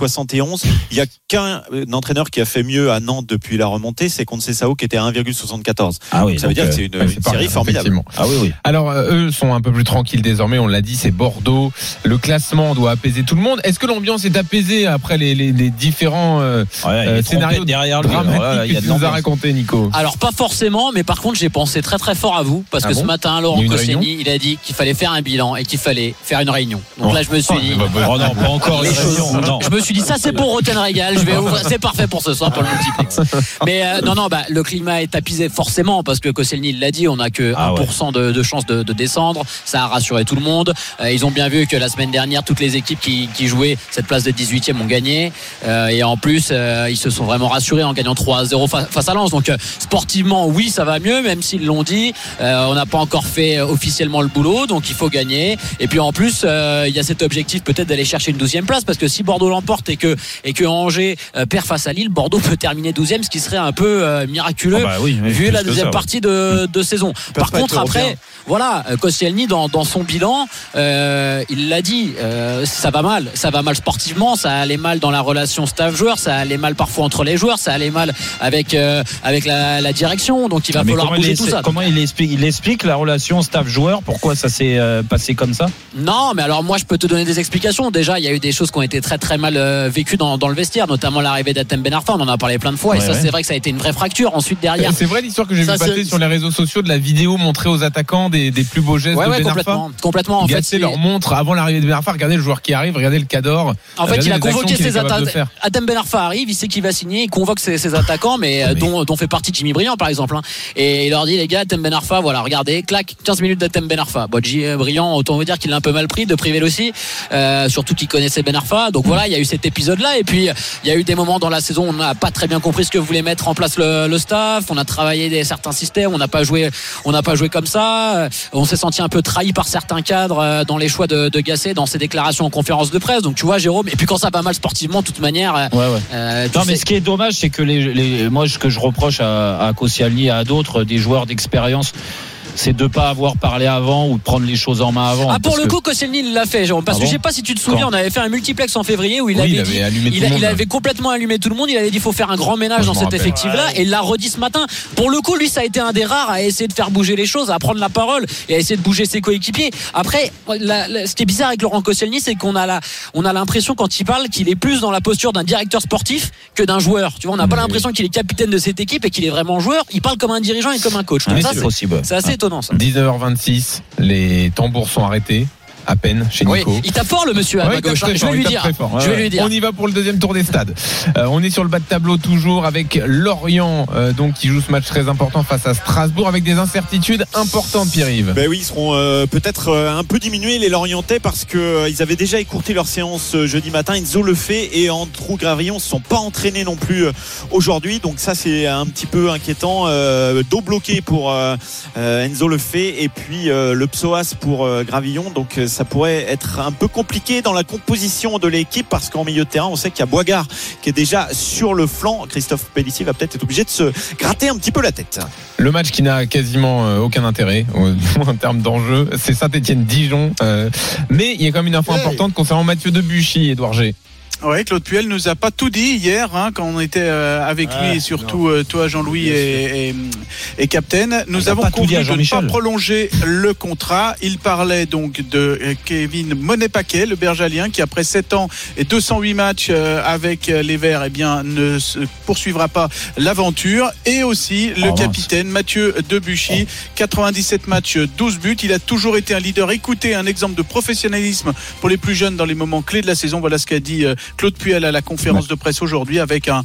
Speaker 10: 1,71. Il y a qu'un euh, entraîneur qui a fait mieux à Nantes depuis la remontée, c'est Sao qui était à 1,74.
Speaker 3: Ah oui,
Speaker 10: Ça veut
Speaker 3: donc,
Speaker 10: dire que
Speaker 3: euh,
Speaker 10: c'est une,
Speaker 4: Ouais,
Speaker 10: une
Speaker 4: c'est pas
Speaker 10: série
Speaker 4: rien,
Speaker 10: formidable.
Speaker 4: effectivement.
Speaker 3: ah oui, oui.
Speaker 4: Alors euh, eux sont un peu plus tranquilles désormais, on l'a dit, c'est Bordeaux. Le classement doit apaiser tout le monde. Est-ce que l'ambiance est apaisée après les, les- les différents euh,
Speaker 3: Ouais, il y a
Speaker 4: Euh,
Speaker 3: des
Speaker 4: scénario
Speaker 3: trompettes derrière lui.
Speaker 4: dramatiques
Speaker 3: Alors là, il y a
Speaker 4: que
Speaker 3: de
Speaker 4: tu nous as
Speaker 3: l'ambiance.
Speaker 4: raconté Nico
Speaker 8: Alors pas forcément, mais par contre j'ai pensé très très fort à vous parce
Speaker 4: Ah
Speaker 8: que
Speaker 4: bon
Speaker 8: ce matin
Speaker 4: Il
Speaker 8: Laurent
Speaker 4: y a eu une
Speaker 8: Koscielny il a dit qu'il fallait faire un bilan et qu'il fallait faire une réunion. Donc
Speaker 3: Oh.
Speaker 8: là je me suis dit,
Speaker 3: Oh non, pas encore une
Speaker 8: Les choses.
Speaker 3: réunion, non.
Speaker 8: je me suis dit ça c'est pour Roten Régal, je vais ouvrir- c'est parfait pour ce soir pour le multiplex. Mais euh, non non bah le climat est tapisé forcément parce que Koscielny il l'a dit, on a que
Speaker 3: Ah ouais.
Speaker 8: 1% de, de chance de, de descendre, ça a rassuré tout le monde. Euh, ils ont bien vu que la semaine dernière, toutes les équipes qui, qui jouaient cette place de 18e ont gagné. Euh, et en plus, euh, ils se sont vraiment rassurés en gagnant 3 à 0 fa- face à Lens. Donc euh, sportivement, oui, ça va mieux, même s'ils l'ont dit. Euh, on n'a pas encore fait euh, officiellement le boulot, donc il faut gagner. Et puis en plus, euh, il y a cet objectif peut-être d'aller chercher une 12e place, parce que si Bordeaux l'emporte et que, et que Angers euh, perd face à Lille, Bordeaux <laughs> peut terminer 12e, ce qui serait un peu euh, miraculeux
Speaker 3: Ah bah oui, oui,
Speaker 8: vu
Speaker 3: plus
Speaker 8: la
Speaker 3: que
Speaker 8: deuxième
Speaker 3: ça, ouais.
Speaker 8: partie de, de saison. Par
Speaker 10: pas
Speaker 8: contre,
Speaker 10: être
Speaker 8: après,
Speaker 10: européen.
Speaker 8: voilà, euh, Koscielny dans, dans son bilan, euh, il l'a dit, euh, ça va mal, ça va mal sportivement, ça allait mal dans la relation staff-joueur, ça allait mal parfois entre les joueurs, ça allait mal avec euh, avec la, la direction, donc il va
Speaker 3: Mais
Speaker 8: falloir
Speaker 3: comment il,
Speaker 8: bouger
Speaker 3: essa-
Speaker 8: tout ça.
Speaker 3: comment il explique, il explique la relation staff-joueur, pourquoi ça s'est euh, passé comme ça
Speaker 8: Non, mais alors moi je peux te donner des explications. Déjà, il y a eu des choses qui ont été très très mal euh, vécues dans, dans le vestiaire, notamment l'arrivée d'Atem Ben Arfa, on en a parlé plein de fois, et
Speaker 3: Ouais,
Speaker 8: ça
Speaker 3: ouais.
Speaker 8: c'est vrai que ça a été une vraie fracture. Ensuite derrière,
Speaker 4: Euh, C'est vrai l'histoire que j'ai vu
Speaker 8: Ça,
Speaker 4: passer
Speaker 8: c'est-
Speaker 4: sur les réseaux sociaux de la vidéo montrée aux attaquants des, des plus beaux gestes
Speaker 8: ouais
Speaker 4: de
Speaker 8: ouais
Speaker 4: Ben Arfa.
Speaker 8: complètement, complètement en
Speaker 4: Ils
Speaker 8: fait.
Speaker 4: gâchaient
Speaker 8: il-
Speaker 4: leur montre avant l'arrivée de Ben Arfa. Regardez le joueur qui arrive, regardez le cador.
Speaker 8: En fait, il
Speaker 4: Regardez
Speaker 8: a
Speaker 4: Ah, les actions
Speaker 8: convoqué
Speaker 4: qu'il est
Speaker 8: ses
Speaker 4: capable de
Speaker 8: attaquants.
Speaker 4: faire.
Speaker 8: Adam Ben Arfa arrive, il sait qu'il va signer, il convoque ses, ses attaquants, mais,
Speaker 4: Ah,
Speaker 8: euh, dont, dont fait partie Jimmy Briand, par exemple. hein. Et il leur dit, les gars, Adam Ben Arfa, voilà, regardez, clac, 15 minutes d'Adam Ben Arfa. Bon, Jimmy Briand, autant vous dire qu'il l'a un peu mal pris, de Privel aussi, euh, surtout qu'il connaissait Ben Arfa.
Speaker 4: Mm.
Speaker 8: Donc voilà, il y a eu cet épisode-là. Et puis, il y a eu des moments dans la saison où on n'a pas très bien compris ce que voulait mettre en place le, le staff. On a travaillé des, certains systèmes, on n'a pas joué, on n'a pas joué comme ça. Euh, On s'est senti un peu trahi par certains cadres euh, dans les choix de, de Gasset, dans ses déclarations en conférence de presse. Donc tu vois, Jérôme. Et puis quand ça va mal sportivement, de toute manière. euh,
Speaker 3: Ouais, ouais.
Speaker 8: euh, tu
Speaker 3: Non, mais
Speaker 8: sais-
Speaker 3: ce qui est dommage, c'est que les, les- moi, ce que je reproche à, à Koscielny et à d'autres, des joueurs d'expérience, c'est de pas avoir parlé avant ou de prendre les choses en main avant.
Speaker 8: Ah pour
Speaker 3: Parce
Speaker 8: le
Speaker 3: que-
Speaker 8: coup Koscielny l'a fait Jérôme parce
Speaker 3: Ah
Speaker 8: que
Speaker 3: bon
Speaker 8: je sais pas si tu te souviens
Speaker 3: Quand
Speaker 8: on avait fait un multiplex en février où il
Speaker 4: Oui,
Speaker 8: avait
Speaker 4: il avait
Speaker 8: dit
Speaker 4: allumé tout
Speaker 8: il,
Speaker 4: le
Speaker 8: a-
Speaker 4: monde,
Speaker 8: il
Speaker 4: là.
Speaker 8: avait complètement allumé tout le monde il avait dit faut faire un grand ménage
Speaker 4: Moi, je
Speaker 8: dans
Speaker 4: m'en
Speaker 8: cet
Speaker 4: rappelle.
Speaker 8: effectif là et il l'a redit ce matin pour le coup lui ça a été un des rares à essayer de faire bouger les choses à prendre la parole et à essayer de bouger ses coéquipiers après la- la- ce qui est bizarre avec Laurent Koscielny c'est qu'on a la, on a l'impression quand il parle qu'il est plus dans la posture d'un directeur sportif que d'un joueur tu vois on n'a pas l'impression qu'il est capitaine de cette équipe et qu'il est vraiment joueur il parle comme un dirigeant et comme un coach
Speaker 3: Ah,
Speaker 8: Donc
Speaker 3: mais
Speaker 8: ça,
Speaker 3: c'est
Speaker 8: c'est-
Speaker 3: possible.
Speaker 8: c'est assez étonnant ça
Speaker 4: 19h26, les tambours sont arrêtés, à peine, chez
Speaker 8: oui,
Speaker 4: Nico.
Speaker 8: il tape fort le monsieur à
Speaker 4: Ouais,
Speaker 8: ma
Speaker 4: il tape
Speaker 8: gauche. hein.
Speaker 4: très
Speaker 8: Je
Speaker 4: fort,
Speaker 8: vais
Speaker 4: il
Speaker 8: lui
Speaker 4: tape
Speaker 8: dire.
Speaker 4: très fort.
Speaker 8: Je vais
Speaker 4: Ouais,
Speaker 8: lui
Speaker 4: ouais.
Speaker 8: dire.
Speaker 4: On y va pour le deuxième tour des stades. Euh, on est sur le bas de tableau toujours avec Lorient, euh, donc qui joue ce match très important face à Strasbourg avec des incertitudes importantes, Pierre-Yves.
Speaker 10: Ben oui, ils seront euh, peut-être euh, un peu diminués les Lorientais parce que euh, ils avaient déjà écourté leur séance euh, jeudi matin. Enzo le fait et Andrew Gravillon ne se sont pas entraînés non plus euh, aujourd'hui. Donc ça c'est un petit peu inquiétant. Euh, dos bloqué pour euh, euh, Enzo le fait et puis euh, le psoas pour euh, Gravillon. Donc euh, ça pourrait être un peu compliqué dans la composition de l'équipe parce qu'en milieu de terrain on sait qu'il y a Boigard qui est déjà sur le flanc. Christophe Pellissier va peut-être être obligé de se gratter un petit peu la tête.
Speaker 4: Le match qui n'a quasiment euh, aucun intérêt au- <laughs> en termes d'enjeu, c'est Saint-Etienne-Dijon. euh, mais il y a quand même une info
Speaker 5: Hey.
Speaker 4: importante concernant Mathieu Debuchy, Edouard G.
Speaker 7: Ouais, Claude Puel nous a pas tout dit hier hein, quand on était euh, avec
Speaker 5: Ouais,
Speaker 7: lui et surtout euh, toi Jean-Louis
Speaker 5: Bien
Speaker 7: et, et, et Captain. Nous
Speaker 3: a
Speaker 7: avons
Speaker 3: pas tout
Speaker 7: convenu
Speaker 3: dit à
Speaker 7: de ne
Speaker 3: Jean-Michel.
Speaker 7: pas prolonger le contrat. Il parlait donc de euh, Kevin Monet-Paquet, le Bergalien, qui après 7 ans et 208 matchs euh, avec euh, les Verts, eh bien ne se poursuivra pas l'aventure. Et aussi le
Speaker 3: mince.
Speaker 7: capitaine Mathieu Debuchy, 97 matchs, 12 buts. Il a toujours été un leader écouté, un exemple de professionnalisme pour les plus jeunes dans les moments clés de la saison. Voilà ce qu'a dit euh, Claude Puel à la conférence de presse aujourd'hui avec un.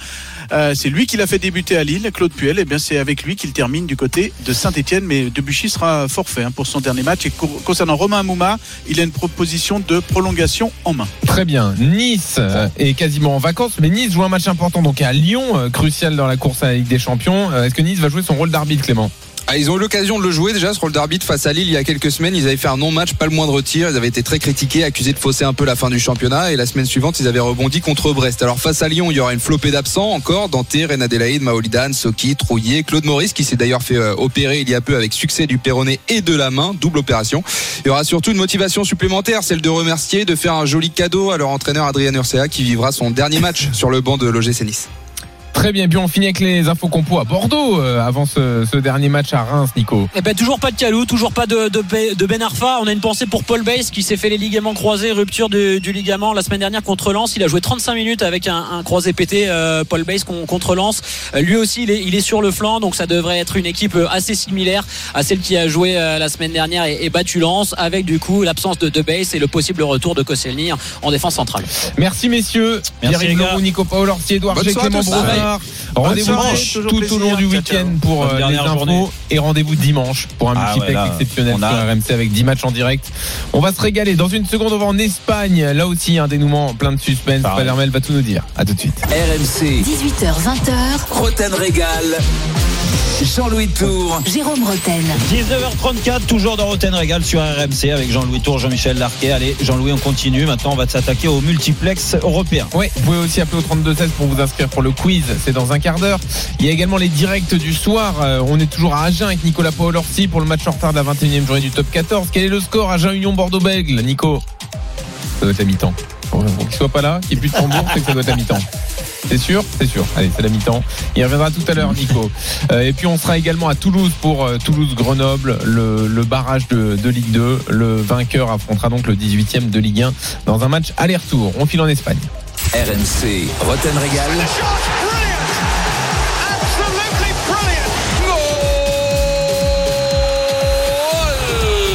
Speaker 7: euh, c'est lui qui l'a fait débuter à Lille, Claude Puel. Et bien c'est avec lui qu'il termine du côté de Saint-Etienne. Mais Debuchy sera forfait hein, pour son dernier match. Et co- concernant Romain Mouma, il a une proposition de prolongation en main.
Speaker 4: Très bien. Nice euh, est quasiment en vacances, mais Nice joue un match important donc à Lyon, euh, crucial dans la course à la Ligue des Champions. Euh, Est-ce que Nice va jouer son rôle d'arbitre, Clément
Speaker 9: Ah, ils ont eu l'occasion de le jouer déjà ce rôle d'arbitre face à Lille il y a quelques semaines. Ils avaient fait un non-match, pas le moindre tir. Ils avaient été très critiqués, accusés de fausser un peu la fin du championnat. Et la semaine suivante, ils avaient rebondi contre Brest. Alors face à Lyon, il y aura une flopée d'absents encore. Dante, Renadelaïde, Maolidan, Soki, Trouillet, Claude Maurice qui s'est d'ailleurs fait euh, opérer il y a peu avec succès du péroné et de la main, double opération. Il y aura surtout une motivation supplémentaire, celle de remercier, de faire un joli cadeau à leur entraîneur Adrien Urcea qui vivra son dernier match sur le banc de l'OGC Nice.
Speaker 4: Très bien. Puis on finit avec les infos compo à Bordeaux euh, avant ce, ce dernier match à Reims, Nico.
Speaker 8: Eh ben, toujours pas de Calou, toujours pas de, de, Be- de Ben Arfa. On a une pensée pour Paul Bass qui s'est fait les ligaments croisés, rupture du, du ligament la semaine dernière contre Lens. Il a joué 35 minutes avec un, un croisé pété, euh, Paul Bass con- contre Lens. Euh, lui aussi, il est, il est sur le flanc, donc ça devrait être une équipe euh, assez similaire à celle qui a joué euh, la semaine dernière et, et battu Lens, avec du coup l'absence de, de Bass et le possible retour de Koscielny en défense centrale.
Speaker 4: Merci messieurs.
Speaker 3: Merci,
Speaker 4: Pierre-Yves
Speaker 3: les gars.
Speaker 4: Leroux, Nico Paolorsi, Edouard
Speaker 9: Bonne
Speaker 4: G,
Speaker 9: soirée à
Speaker 4: Clément
Speaker 9: tous.
Speaker 4: Brossard. Rendez-vous
Speaker 7: dimanche,
Speaker 4: tout
Speaker 7: toujours
Speaker 4: au long
Speaker 7: plaisir. Ciao,
Speaker 4: du
Speaker 7: ciao.
Speaker 4: week-end pour euh,
Speaker 3: Bonne
Speaker 4: les
Speaker 3: dernière
Speaker 4: infos
Speaker 3: journée.
Speaker 4: et rendez-vous dimanche pour un
Speaker 3: Ah
Speaker 4: multiplex
Speaker 3: ouais, là,
Speaker 4: exceptionnel
Speaker 3: on a
Speaker 4: sur RMC avec 10 matchs en direct. On va se régaler. Dans une seconde, on va en Espagne. Là aussi, un dénouement plein de suspense.
Speaker 3: Pareil.
Speaker 4: Palermel va tout nous dire. À tout de suite.
Speaker 2: RMC,
Speaker 1: 18h20h,
Speaker 2: Roten Régal, Jean-Louis Tour.
Speaker 1: Jérôme Roten.
Speaker 3: 19h34, toujours dans Roten Régal sur RMC avec Jean-Louis Tour, Jean-Michel Larquet. Allez, Jean-Louis, on continue. Maintenant, on va s'attaquer au multiplex européen.
Speaker 4: Ouais, vous pouvez aussi appeler au 3216 pour vous inscrire pour le quiz. C'est dans un quart d'heure. Il y a également les directs du soir. Euh, on est toujours à Agen avec Nicolas Paolorsi pour le match en retard de la 21e journée du top 14. Quel est le score Agen Union Bordeaux Bègle, Nico Ça doit être la mi-temps. Pour qu'il soit pas là, qu'il n'y ait plus de tambour, c'est que ça doit être la mi-temps. C'est sûr C'est sûr. Allez, c'est la mi-temps. Il reviendra tout à l'heure, Nico. Euh, et puis on sera également à Toulouse pour euh, Toulouse-Grenoble, le, le barrage de, de Ligue 2. Le vainqueur affrontera donc le 18e de Ligue 1 dans un match aller-retour. On file en Espagne.
Speaker 2: RMC, Roten Régal,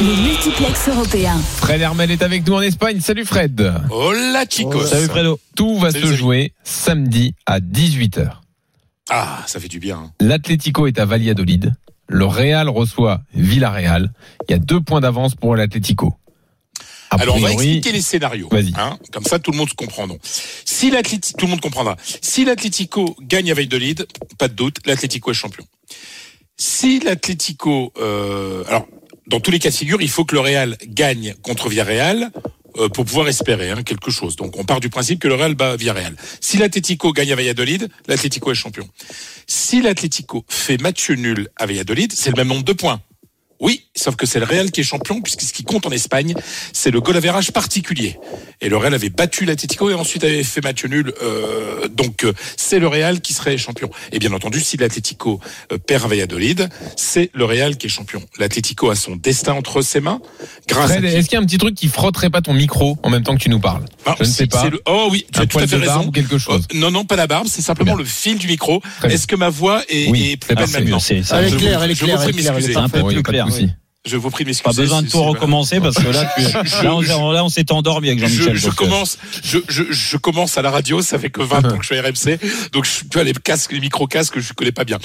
Speaker 1: Le multiplex européen.
Speaker 4: Fred Hermel est avec nous en Espagne. Salut Fred.
Speaker 11: Hola chicos.
Speaker 3: Salut Fredo.
Speaker 4: Tout va
Speaker 11: Salut,
Speaker 4: se
Speaker 11: salut.
Speaker 4: jouer samedi à 18h.
Speaker 11: Ah, ça fait du bien. hein.
Speaker 4: L'Atlético est à Valladolid. Le Real reçoit Villarreal. Il y a deux points d'avance pour l'Atlético. A
Speaker 11: Alors on va
Speaker 4: priori,
Speaker 11: expliquer les scénarios.
Speaker 4: Vas-y.
Speaker 11: hein. Comme ça tout le monde se comprendra. Si l'Atlético, tout le monde comprendra. Si l'Atlético gagne à Valladolid, pas de doute, l'Atlético est champion. Si l'Atlético, euh, alors dans tous les cas de figure, il faut que le Real gagne contre Villarreal euh, pour pouvoir espérer hein, quelque chose. Donc on part du principe que le Real bat Villarreal. Si l'Atlético gagne à Valladolid, l'Atlético est champion. Si l'Atlético fait match nul à Valladolid, c'est le même nombre de points. Oui, sauf que c'est le Real qui est champion, puisque ce qui compte en Espagne, c'est le goal average particulier. Et le Real avait battu l'Atlético et ensuite avait fait match nul. euh, donc euh, c'est le Real qui serait champion. Et bien entendu, si l'Atlético euh, perd à Valladolid, c'est le Real qui est champion. L'Atlético a son destin entre ses mains. Grâce
Speaker 4: Fred,
Speaker 11: à qui-
Speaker 4: est-ce qu'il y a un petit truc qui frotterait pas ton micro en même temps que tu nous parles
Speaker 11: Non,
Speaker 4: Je ne
Speaker 11: c'est-
Speaker 4: sais pas.
Speaker 11: c'est le- Oh oui, tu
Speaker 4: Un
Speaker 11: as tout
Speaker 4: poil
Speaker 11: à fait
Speaker 4: de barbe
Speaker 11: raison.
Speaker 4: ou quelque chose.
Speaker 11: Oh, non, non, pas la barbe, c'est simplement le fil du micro.
Speaker 4: Très bien.
Speaker 11: Est-ce que ma voix est,
Speaker 4: Oui,
Speaker 11: est
Speaker 4: très
Speaker 11: belle
Speaker 4: bien,
Speaker 11: maintenant
Speaker 3: C'est c'est-
Speaker 5: Ah, Elle est
Speaker 11: Je
Speaker 5: claire,
Speaker 11: vous-
Speaker 5: elle est
Speaker 11: je vous
Speaker 5: claire.
Speaker 11: prie
Speaker 5: elle est claire, elle est
Speaker 11: m'excuser.
Speaker 3: c'est un peu
Speaker 4: Bon, il y a
Speaker 3: plus
Speaker 4: pas de
Speaker 3: clair.
Speaker 4: souci.
Speaker 11: Je vous prie
Speaker 3: Pas
Speaker 11: de m'excuser.
Speaker 3: besoin de
Speaker 11: c'est-
Speaker 3: tout
Speaker 11: c'est-
Speaker 3: recommencer parce que là, tu-
Speaker 11: Je-
Speaker 3: là, on,
Speaker 11: je-
Speaker 3: là, on s'est endormi avec
Speaker 11: Je,
Speaker 3: Jean-Michel.
Speaker 11: je
Speaker 3: donc, euh,
Speaker 11: commence, je, je, je commence à la radio, ça fait que 20 ans que je suis à RMC, donc je peux aller casque, les micro-casques, je connais pas bien.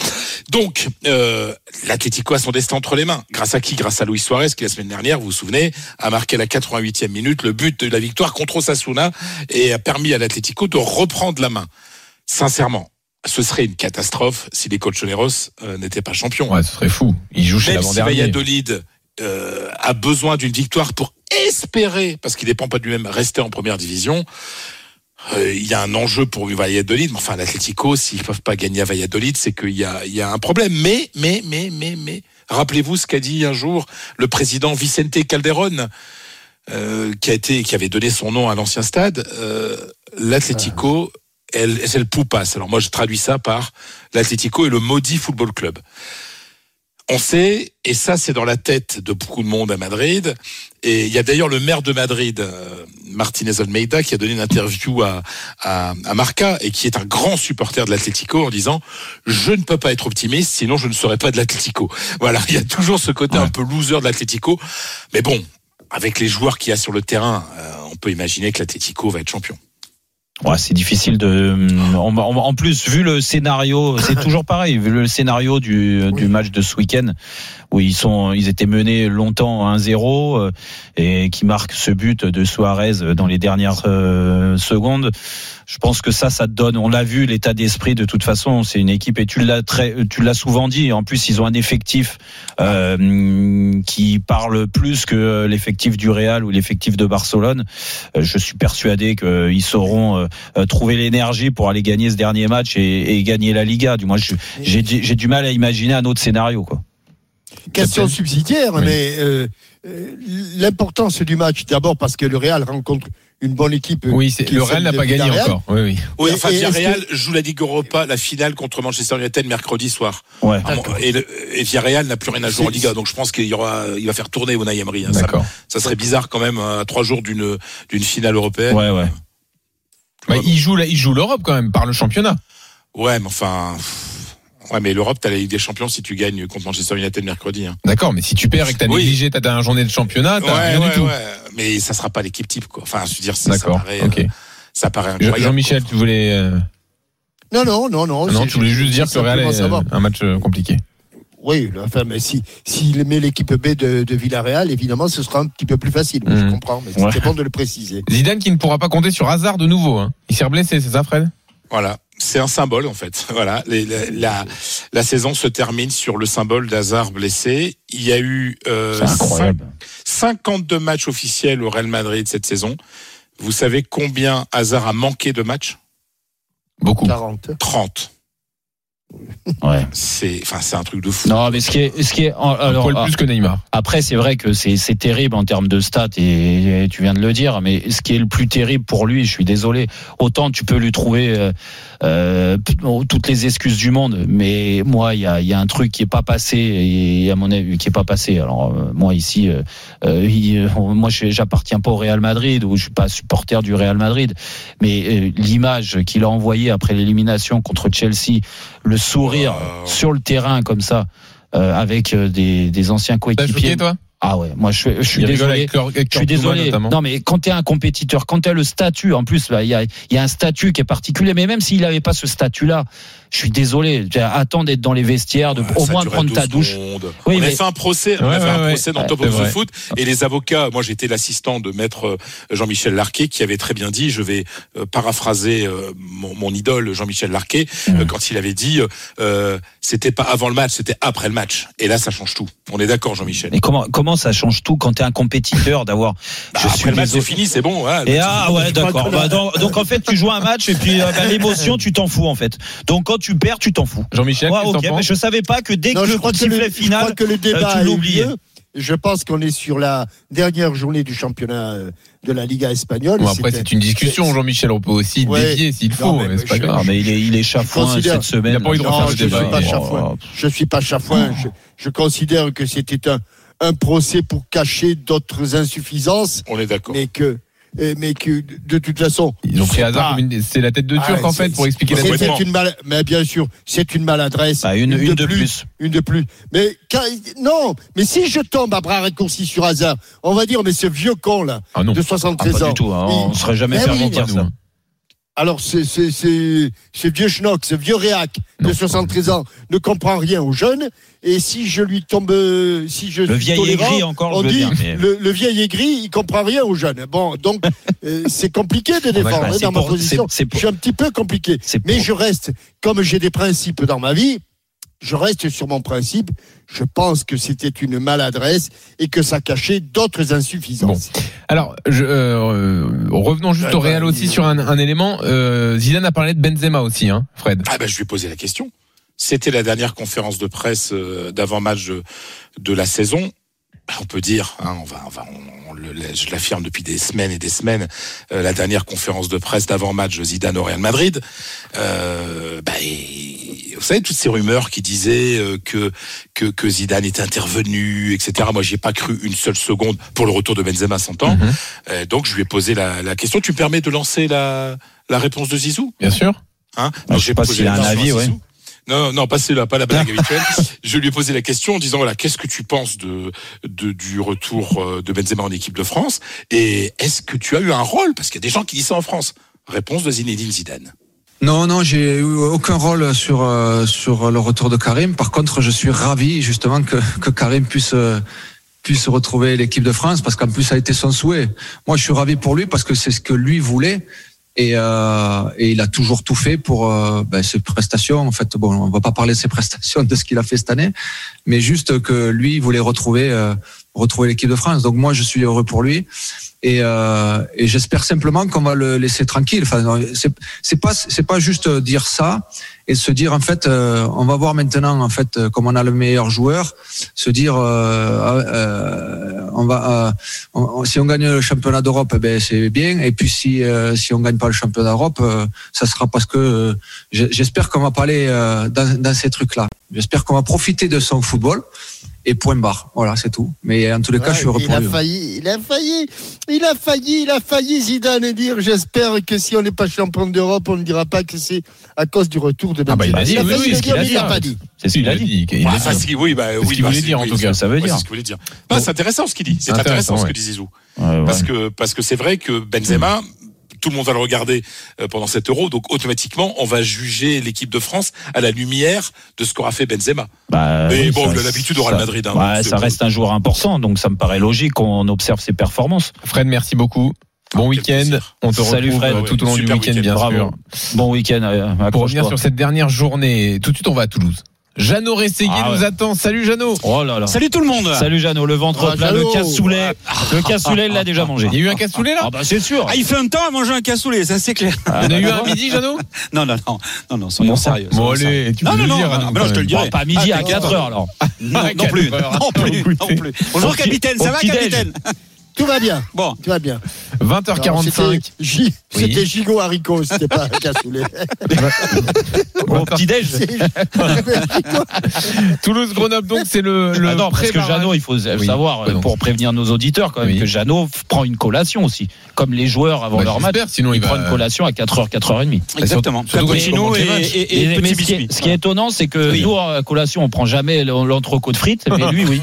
Speaker 11: Donc, euh, l'Atlético a son destin entre les mains. Grâce à qui Grâce à Luis Suarez, qui la semaine dernière, vous vous souvenez, a marqué à la 88e minute le but de la victoire contre Osasuna et a permis à l'Atlético de reprendre la main. Sincèrement, ce serait une catastrophe si les Colchoneros euh, n'étaient pas champions
Speaker 4: Ouais, ce serait fou. Il joue chez
Speaker 11: même si
Speaker 4: l'avant-dernier.
Speaker 11: Valladolid euh, a besoin d'une victoire pour espérer, parce qu'il dépend pas de lui-même, rester en première division. euh, Il y a un enjeu pour Valladolid, mais enfin l'Atlético, s'ils peuvent pas gagner à Valladolid, c'est qu'il y a, il y a un problème. Mais, mais, mais, mais, mais, rappelez-vous ce qu'a dit un jour le président Vicente Calderón, euh, qui a été, qui avait donné son nom à l'ancien stade. euh, L'Atlético, elle, c'est le Poupas. Alors moi, je traduis ça par l'Atlético est le maudit football club. On sait, et ça c'est dans la tête de beaucoup de monde à Madrid, et il y a d'ailleurs le maire de Madrid, euh, Martinez Almeida, qui a donné une interview à, à, à Marca, et qui est un grand supporter de l'Atlético, en disant « Je ne peux pas être optimiste, sinon je ne serai pas de l'Atlético ». <laughs> Voilà, il y a toujours ce côté un peu loser de l'Atlético, mais bon, avec les joueurs qu'il y a sur le terrain, euh, on peut imaginer que l'Atlético va être champion.
Speaker 3: Ouais, c'est difficile de. euh, on va- on va- En plus, vu le scénario, c'est toujours pareil. Vu le scénario du, euh, du match de ce week-end, où ils sont, ils étaient menés longtemps 1-0 euh, et qui marque ce but de Suarez euh, dans les dernières euh, secondes. Je pense que ça, ça donne. On l'a vu, l'état d'esprit. De toute façon, c'est une équipe et tu l'as très, tu l'as souvent dit. En plus, ils ont un effectif euh, qui parle plus que l'effectif du Real ou l'effectif de Barcelone. Euh, Je suis persuadé qu'ils sauront euh, euh, trouver l'énergie pour aller gagner ce dernier match et, et gagner la Liga. Du moins, je- j'ai du j'ai du mal à imaginer un autre scénario. Quoi.
Speaker 5: Question subsidiaire, mais euh, euh, l'importance du match, d'abord parce que le Real rencontre une bonne équipe. euh,
Speaker 4: Oui, c'est-
Speaker 5: qui est
Speaker 4: le Real
Speaker 5: celle
Speaker 4: n'a
Speaker 5: de
Speaker 4: pas gagné
Speaker 5: Villarreal.
Speaker 4: encore. Oui, oui.
Speaker 11: Oui,
Speaker 5: Et-
Speaker 11: enfin,
Speaker 5: et est-ce
Speaker 11: Villarreal joue la Ligue Europa, la finale contre Manchester United mercredi soir.
Speaker 3: Ouais.
Speaker 11: Ah bon, et, le- et Villarreal n'a plus rien à jouer en Liga, donc je pense qu'il y aura, il va faire tourner Unai Emery. hein. Ça,
Speaker 4: D'accord.
Speaker 11: ça serait bizarre quand même à trois jours d'une d'une finale européenne. Euh,
Speaker 3: Ouais, ouais.
Speaker 4: Bah, il joue la- il joue l'Europe quand même par le championnat.
Speaker 11: Ouais, mais enfin, pff, ouais, mais l'Europe, t'as la Ligue des Champions si tu gagnes contre Manchester United mercredi. hein.
Speaker 4: D'accord, mais si tu perds et que t'as
Speaker 11: Oui.
Speaker 4: négligé ta dernière journée de championnat, t'as rien du tout.
Speaker 11: Mais ça sera pas l'équipe type, quoi. Enfin, je veux dire, ça, ça
Speaker 4: D'accord.
Speaker 11: paraît,
Speaker 4: Ok.
Speaker 11: euh, ça paraît
Speaker 4: Je-
Speaker 11: incroyable.
Speaker 4: Jean-Michel,
Speaker 11: quoi.
Speaker 4: tu voulais. euh,
Speaker 5: Non, non, non, non.
Speaker 4: Non,
Speaker 5: c'est-
Speaker 4: tu voulais juste dire que le Real
Speaker 5: simplement
Speaker 4: est
Speaker 5: savoir.
Speaker 4: un match euh, compliqué.
Speaker 5: Oui, là, enfin, mais si s'il met l'équipe B de, de Villarreal, évidemment, ce sera un petit peu plus facile. Oui,
Speaker 3: Mmh.
Speaker 4: Mhm.
Speaker 5: Je comprends, mais
Speaker 4: Ouais.
Speaker 5: c'est bon de le préciser.
Speaker 4: Zidane qui ne pourra pas compter sur Hazard de nouveau. hein. Il s'est blessé, c'est ça, Fred
Speaker 11: Voilà, c'est un symbole en fait. <laughs> Voilà, Les- la, la- la saison se termine sur le symbole d'Hazard blessé. Il y a eu euh, cinq- 52 matchs officiels au Real Madrid cette saison. Vous savez combien Hazard a manqué de matchs
Speaker 4: Beaucoup.
Speaker 5: 40.
Speaker 11: 30.
Speaker 3: Ouais.
Speaker 11: C'est enfin c'est un truc de fou.
Speaker 3: Non, mais ce qui est, ce qui est en- alors, ah,
Speaker 4: poil plus que Neymar.
Speaker 3: Après, c'est vrai que c'est c'est terrible en termes de stats et, et tu viens de le dire, mais ce qui est le plus terrible pour lui, je suis désolé. Autant tu peux lui trouver euh, euh, p- toutes les excuses du monde, mais moi, il y a, il y a un truc qui est pas passé et à mon avis qui est pas passé. Alors euh, moi ici, euh, euh, il- euh, moi je- j'appartiens pas au Real Madrid ou je suis pas supporter du Real Madrid, mais euh, l'image qu'il a envoyée après l'élimination contre Chelsea, le sourire sur le terrain comme ça. euh, avec euh, des, des anciens
Speaker 4: T'as
Speaker 3: coéquipiers.
Speaker 4: choqué, toi
Speaker 3: Ah ouais, moi je, je suis
Speaker 4: Il rigole
Speaker 3: désolé.
Speaker 4: avec Cor- avec
Speaker 3: Je suis
Speaker 4: Cordoba,
Speaker 3: désolé.
Speaker 4: notamment.
Speaker 3: Non mais quand t'es un compétiteur, quand t'as le statut, en plus là, il y a, il y a un statut qui est particulier. Mais même s'il n'avait pas ce statut-là, je suis désolé. Attends d'être dans les vestiaires, de au
Speaker 11: Bah, Ça
Speaker 3: moins
Speaker 11: durait
Speaker 3: prendre ta
Speaker 11: 12
Speaker 3: douche.
Speaker 11: secondes.
Speaker 3: Oui,
Speaker 11: on a
Speaker 3: mais-
Speaker 11: fait un procès, on
Speaker 4: Ouais,
Speaker 11: a fait
Speaker 4: ouais,
Speaker 11: un
Speaker 4: ouais.
Speaker 11: procès dans
Speaker 4: Ouais,
Speaker 11: Top
Speaker 4: c'est
Speaker 11: of the
Speaker 4: vrai.
Speaker 11: Foot et les avocats. Moi, j'étais l'assistant de maître euh, Jean-Michel Larquet qui avait très bien dit. Je vais euh, paraphraser euh, mon, mon idole Jean-Michel Larquet euh, quand il avait dit euh, c'était pas avant le match, c'était après le match. Et là, ça change tout. On est d'accord, Jean-Michel.
Speaker 3: Mais comment comment ça change tout quand t'es un compétiteur d'avoir
Speaker 11: Bah,
Speaker 3: je
Speaker 11: après
Speaker 3: suis
Speaker 11: le match, c'est
Speaker 3: désolé.
Speaker 11: fini, c'est bon. voilà, le
Speaker 3: Et
Speaker 11: match,
Speaker 3: ah
Speaker 11: c'est
Speaker 3: ouais
Speaker 11: fini.
Speaker 3: d'accord. Bah, donc, donc, en fait tu joues un match et puis
Speaker 4: <laughs>
Speaker 3: euh, bah, l'émotion tu t'en fous en fait. Donc quand tu perds tu t'en fous.
Speaker 4: Jean-Michel,
Speaker 3: Ouais,
Speaker 4: qu'est-ce que
Speaker 3: ok.
Speaker 4: t'en
Speaker 3: Mais
Speaker 4: penses
Speaker 3: je savais pas que dès
Speaker 5: Non,
Speaker 3: que
Speaker 5: je
Speaker 3: le
Speaker 5: crois
Speaker 3: coup de
Speaker 5: que le,
Speaker 3: sifflet
Speaker 5: je crois
Speaker 3: final, euh,
Speaker 5: que le débat
Speaker 3: tu
Speaker 5: a eu
Speaker 3: l'oubliais.
Speaker 5: lieu. Je pense qu'on est sur la dernière journée du championnat euh, de la Liga espagnole.
Speaker 4: Bon, Après,
Speaker 5: C'était-
Speaker 4: c'est une discussion, Jean-Michel. On peut aussi
Speaker 5: Ouais.
Speaker 4: dévier s'il
Speaker 5: Non,
Speaker 4: faut.
Speaker 5: mais
Speaker 4: mais C'est pas
Speaker 5: je-
Speaker 3: Ah,
Speaker 4: grave.
Speaker 3: mais il est il est chafouin
Speaker 5: considère-
Speaker 3: cette semaine.
Speaker 4: Il a pas envie de
Speaker 5: Non,
Speaker 4: refaire le
Speaker 5: je
Speaker 4: débat. Oh.
Speaker 5: suis pas
Speaker 4: Bon,
Speaker 5: chafouin.
Speaker 4: voilà.
Speaker 5: Je suis pas chafouin. Je, je considère que c'était un, un procès pour cacher d'autres insuffisances,
Speaker 11: On est d'accord.
Speaker 5: mais que, euh, mais que de toute façon.
Speaker 4: Ils ont
Speaker 5: c'est
Speaker 4: pris
Speaker 5: pas-
Speaker 4: Hazard. comme une- C'est la tête de
Speaker 5: Ah,
Speaker 4: Turc en
Speaker 5: c'est-
Speaker 4: fait pour expliquer la
Speaker 5: c'est-
Speaker 11: Complètement.
Speaker 5: c'est une mal- Mais bien sûr, c'est une maladresse.
Speaker 3: Bah, une, une de plus.
Speaker 5: Une de plus. Mais quand- non, mais si je tombe à bras raccourcis sur hasard, on va dire, mais ce vieux con là,
Speaker 4: Ah non.
Speaker 5: de
Speaker 3: Ah,
Speaker 5: 73
Speaker 3: pas
Speaker 5: ans.
Speaker 3: du tout, hein, on
Speaker 5: il-
Speaker 3: serait jamais
Speaker 5: Eh
Speaker 3: fait
Speaker 5: oui.
Speaker 3: mentir ça.
Speaker 5: Alors, ce, ce- ce- ce vieux schnock, ce vieux réac de
Speaker 4: Non.
Speaker 5: 73 ans ne comprend rien aux jeunes. Et si je lui tombe, euh, si je
Speaker 3: Le
Speaker 5: suis
Speaker 3: vieil
Speaker 5: tolérant,
Speaker 3: aigri, encore,
Speaker 5: on
Speaker 3: je veux
Speaker 5: dit
Speaker 3: dire, mais-
Speaker 5: le, le vieil aigri, il comprend rien aux jeunes.
Speaker 3: <laughs>
Speaker 5: Bon, donc euh, c'est compliqué de défendre
Speaker 3: bah,
Speaker 5: hein,
Speaker 3: c'est
Speaker 5: dans ma
Speaker 3: pour-
Speaker 5: position.
Speaker 3: c'est- c'est pour-
Speaker 5: Je suis un petit peu compliqué,
Speaker 3: C'est
Speaker 5: mais
Speaker 3: pour-
Speaker 5: je reste comme j'ai des principes dans ma vie. Je reste sur mon principe. Je pense que c'était une maladresse et que ça cachait d'autres insuffisances.
Speaker 4: Alors, je, euh, euh, revenons juste
Speaker 5: Ouais,
Speaker 4: au Real
Speaker 5: bah,
Speaker 4: aussi
Speaker 5: il-
Speaker 4: sur un, un élément. Euh, Zidane a parlé de Benzema aussi, hein, Fred.
Speaker 11: Ah ben, je lui ai posé la question. C'était la dernière conférence de presse euh, d'avant-match de, de la saison. Ben, On peut dire, hein, on va, on va- on- on le- le- je l'affirme depuis des semaines et des semaines, euh, la dernière conférence de presse d'avant-match de Zidane au Real Madrid. Euh, ben, et- vous savez toutes ces rumeurs qui disaient euh, que, que que Zidane était intervenu, etc. Moi, j'y ai pas cru une seule seconde pour le retour de Benzema à 100 ans.
Speaker 4: Mhm.
Speaker 3: Mm-hmm.
Speaker 11: Euh, donc, je lui ai posé la, la question. Tu me permets de lancer la, la réponse de Zizou
Speaker 4: Bien sûr.
Speaker 11: Hein
Speaker 3: Ah, je
Speaker 11: Donc,
Speaker 3: sais
Speaker 11: j'ai
Speaker 3: pas
Speaker 11: posé
Speaker 3: s'il a
Speaker 11: la
Speaker 3: un
Speaker 11: question à
Speaker 3: avis, ouais.
Speaker 11: Sissou. Non, non, pas celle-là, pas la
Speaker 4: <laughs>
Speaker 11: blague habituelle. Je lui ai posé la question en disant voilà, qu'est-ce que tu penses de, de du retour euh, de Benzema en équipe de France et est-ce que tu as eu un rôle parce qu'il y a des gens qui disent ça en France. Réponse de Zinedine Zidane.
Speaker 12: Non, non, j'ai eu aucun rôle sur euh, sur le retour de Karim. Par contre, je suis ravi justement que que Karim puisse euh, puisse retrouver l'équipe de France parce qu'en plus ça a été son souhait. Moi, je suis ravi pour lui parce que c'est ce que lui voulait et, euh, et il a toujours tout fait pour euh, ben, ses prestations. En fait, bon, on va pas parler de ses <laughs> prestations de ce qu'il a fait cette année, mais juste que lui il voulait retrouver euh, retrouver l'équipe de France. Donc moi, je suis heureux pour lui et, euh, et j'espère simplement qu'on va le laisser tranquille. Enfin, non, c'est c'est pas c'est pas juste dire ça et se dire en fait euh, on va voir maintenant en fait euh, comme on a le meilleur joueur se dire euh, euh, on va euh, on- on- si on gagne le championnat d'Europe eh ben c'est bien et puis si euh, si on gagne pas le championnat d'Europe euh, ça sera parce que euh, j'- j'espère qu'on va pas aller euh, dans, dans ces trucs là j'espère qu'on va profiter de son football et point barre voilà c'est tout mais en tous les cas
Speaker 5: Ouais,
Speaker 12: je suis heureux
Speaker 5: il
Speaker 12: pour
Speaker 5: a
Speaker 12: lui.
Speaker 5: failli, il a failli, il a failli, il a failli Zidane et dire j'espère que si on n'est pas champion d'Europe, on ne dira pas que c'est à cause du retour de Benzema.
Speaker 4: Ah bah, il a dit,
Speaker 5: a
Speaker 4: oui,
Speaker 5: failli
Speaker 4: oui,
Speaker 5: le
Speaker 4: ce
Speaker 5: dire,
Speaker 4: qu'il a
Speaker 5: mais il l'a
Speaker 4: dit. hein.
Speaker 5: pas dit.
Speaker 3: C'est ce qu'il a dit.
Speaker 4: qu'il- il
Speaker 11: Bah,
Speaker 4: a
Speaker 11: ça,
Speaker 4: dit.
Speaker 11: c'est- oui, bah,
Speaker 4: ce
Speaker 11: oui,
Speaker 4: qu'il
Speaker 11: bah,
Speaker 4: voulait
Speaker 11: c'est-
Speaker 4: dire, en
Speaker 11: oui,
Speaker 4: tout
Speaker 11: c'est-
Speaker 4: cas.
Speaker 3: Ça veut
Speaker 11: ouais,
Speaker 3: dire.
Speaker 11: c'est ce qu'il voulait dire. Non, c'est intéressant ce qu'il dit. C'est
Speaker 4: Intéressant,
Speaker 11: intéressant ce
Speaker 4: ouais. Hum.
Speaker 11: que dit Zizou.
Speaker 3: Ouais, ouais.
Speaker 11: Parce que parce que c'est vrai que Benzema tout le monde va le regarder euh, pendant cet euro. Donc automatiquement, on va juger l'équipe de France à la lumière de ce qu'aura fait Benzema.
Speaker 3: Bah,
Speaker 11: Mais
Speaker 3: oui,
Speaker 11: bon,
Speaker 3: ça-
Speaker 11: l'habitude aura le
Speaker 3: ça-
Speaker 11: Madrid. hein,
Speaker 3: bah,
Speaker 11: donc c'est
Speaker 3: ça
Speaker 11: bon.
Speaker 3: reste un joueur important, donc ça me paraît logique qu'on observe ses performances.
Speaker 4: Fred, merci beaucoup. Bon week-end. On te
Speaker 3: Salut
Speaker 4: retrouve
Speaker 3: Fred.
Speaker 4: euh, tout au long du
Speaker 3: Super
Speaker 4: week-end, bien
Speaker 3: Bravo.
Speaker 4: sûr.
Speaker 3: Bon week-end. euh,
Speaker 4: Pour
Speaker 3: accroche-toi.
Speaker 4: revenir sur cette dernière journée, tout de suite, on va à Toulouse. Jeannot Rességuier
Speaker 3: Ah ouais.
Speaker 4: nous attend. Salut Jeannot.
Speaker 3: Oh là là.
Speaker 13: Salut tout le monde.
Speaker 3: Salut Jeannot, le ventre
Speaker 4: Ah,
Speaker 3: plat,
Speaker 4: Jeannot.
Speaker 3: le cassoulet. Le
Speaker 4: Ah,
Speaker 3: cassoulet, il l'a déjà mangé.
Speaker 4: Il y a eu un cassoulet là
Speaker 3: Ah bah c'est sûr.
Speaker 13: Ah, il fait un temps à manger un cassoulet, ça c'est clair.
Speaker 4: Il y en
Speaker 13: <laughs>
Speaker 4: a eu un à midi, Jeannot
Speaker 13: Ah, Non, non, non, non, non, soyons sérieux.
Speaker 4: Bon,
Speaker 13: soyons
Speaker 4: allez,
Speaker 13: sérieux.
Speaker 4: tu peux
Speaker 13: non,
Speaker 4: nous
Speaker 13: non,
Speaker 4: le
Speaker 13: non,
Speaker 4: dire,
Speaker 13: non,
Speaker 4: alors,
Speaker 13: non,
Speaker 4: quand
Speaker 13: je te le
Speaker 4: même.
Speaker 13: dirai.
Speaker 4: Bon, pas à midi,
Speaker 13: Ah,
Speaker 4: à
Speaker 13: t'es
Speaker 4: 4
Speaker 13: content.
Speaker 4: heures, alors.
Speaker 13: Non,
Speaker 5: Ah,
Speaker 4: À
Speaker 13: non plus,
Speaker 4: 4 heures.
Speaker 13: non plus, non plus.
Speaker 4: Au
Speaker 13: Bonjour
Speaker 4: petit-
Speaker 13: capitaine,
Speaker 4: au
Speaker 13: ça va
Speaker 4: petit-déj.
Speaker 13: capitaine
Speaker 5: Tout va bien.
Speaker 13: Bon.
Speaker 5: Tout va bien. Alors,
Speaker 4: 20h45.
Speaker 5: c'était J-
Speaker 4: Oui.
Speaker 5: C'était Gigot Haricot, c'était pas <laughs> Cassoulet.
Speaker 3: Au petit-déj.
Speaker 4: Toulouse-Grenoble, donc, c'est le, le
Speaker 3: Ah non, parce que
Speaker 4: pré-barrage.
Speaker 3: Jeannot, il faut
Speaker 4: Oui.
Speaker 3: savoir,
Speaker 4: Pardon.
Speaker 3: pour prévenir nos auditeurs, quand même,
Speaker 4: Oui.
Speaker 3: que Jeannot f- prend une collation aussi. Comme les joueurs avant
Speaker 4: Bah,
Speaker 3: leur match,
Speaker 4: j'espère, sinon il
Speaker 3: ils
Speaker 4: va- Bah,
Speaker 3: prennent une collation à 4h, 4h30.
Speaker 13: Exactement.
Speaker 4: Surtout quand il
Speaker 13: Cappuccino
Speaker 4: commence
Speaker 13: et,
Speaker 4: les matchs.
Speaker 13: et, et
Speaker 3: Mais- mais
Speaker 13: petit
Speaker 3: ce, qui
Speaker 13: biscuit.
Speaker 3: est, ce qui est étonnant, c'est que
Speaker 13: Oui.
Speaker 3: nous, à collation, on prend jamais l'en- l'entrecôte de frites, mais lui,
Speaker 13: <laughs>
Speaker 3: oui.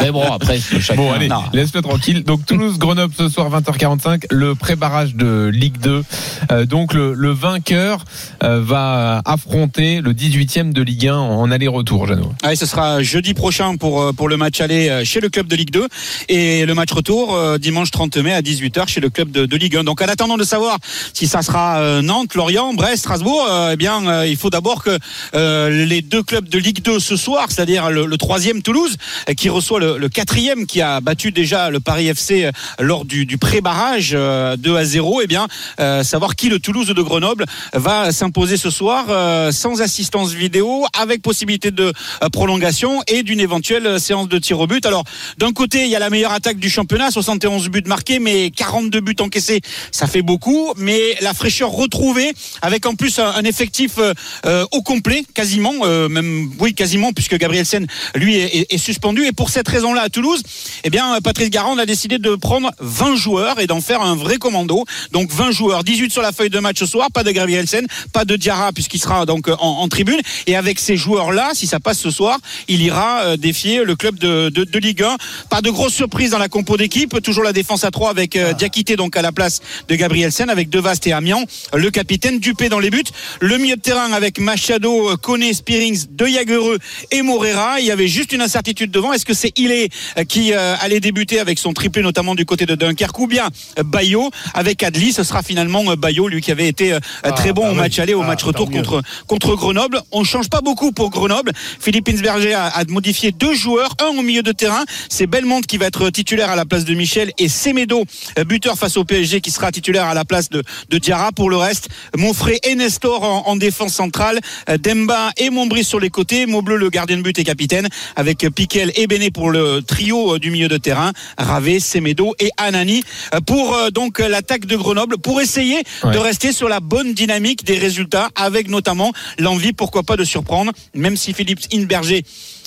Speaker 3: mais bon, après, c'est chacun.
Speaker 4: Bon, allez,
Speaker 13: Non.
Speaker 4: laisse-le tranquille. Donc, Toulouse-Grenoble ce soir, 20h45, le pré-barrage de Ligue 2. Euh, donc, le, le vainqueur euh, va affronter le 18e de Ligue 1 en aller-retour, Jeannot.
Speaker 13: Ouais, ce sera jeudi prochain pour, euh, pour le match aller euh, chez le club de Ligue 2 et le match retour euh, dimanche 30 mai à 18h chez le club de, de Ligue 1. Donc en attendant de savoir si ça sera euh, Nantes, Lorient, Brest, Strasbourg, euh, eh bien euh, il faut d'abord que euh, les deux clubs de Ligue 2 ce soir, c'est-à-dire le, le troisième Toulouse euh, qui reçoit le, le quatrième qui a battu déjà le Paris FC euh, lors du, du pré-barrage euh, 2 à 0, eh bien euh, savoir qui le Toulouse de Grenoble va s'imposer ce soir euh, sans assistance vidéo, avec possibilité de euh, prolongation et d'une éventuelle euh, séance de tir au but. Alors d'un côté, il y a la meilleure attaque du championnat, 71 buts marqués, mais 42 buts encaissés, ça fait beaucoup. Mais la fraîcheur retrouvée, avec en plus un, un effectif euh, euh, au complet, quasiment, euh, même oui quasiment, puisque Gabrielsen lui est, est- est suspendu. Et pour cette raison-là, à Toulouse, eh bien Patrice Garand a décidé de prendre 20 joueurs et d'en faire un vrai commando. Donc 20 joueurs, 18 sur la feuille de match ce soir, pas de Gabrielsen, pas de Diarra puisqu'il sera donc euh, en, en tribune. Et avec ces joueurs-là, si ça passe ce soir, il ira euh, défier le club de, de, de Ligue 1. Pas de grosse surprise dans la compo d'équipe, toujours la défense à 3 avec euh, Diakité donc à la place de Gabrielsen, avec Devast et Amiens, le capitaine Dupé dans les buts, le milieu de terrain avec Machado, euh, Koné, Spearings, De Jagereux et Morera. Il y avait juste une incertitude devant. Est-ce que c'est Ilé euh, qui euh, allait débuter avec son triplé notamment du côté de Dunkerque ou bien euh, Bayo avec Adli Ce sera finalement euh, Bayo, lui qui avait été euh, très bon
Speaker 5: bah
Speaker 13: au
Speaker 5: oui.
Speaker 13: match aller, au
Speaker 5: Ah,
Speaker 13: match
Speaker 5: tant
Speaker 13: retour
Speaker 5: mieux.
Speaker 13: contre contre Grenoble. On change pas beaucoup pour Grenoble. Philippe Insberger a, a modifié deux joueurs, un au milieu de terrain, c'est Belmonte qui va être titulaire à la place de Michel et Semedo, euh, buteur face au PSG qui sera titulaire à la place de, de Diarra. Pour le reste, Monfray et Nestor en, en défense centrale, euh, Demba et Montbris sur les côtés, Maubleu le gardien de but et capitaine avec euh, Piquel et Béné pour le trio euh, du milieu de terrain, Ravé, Semedo et Anani Euh, pour euh, donc euh, l'attaque de Grenoble pour essayer
Speaker 4: Ouais.
Speaker 13: de rester sur la bonne dynamique des résultats avec notamment l'envie pourquoi pas de surprendre même si Philippe Inberger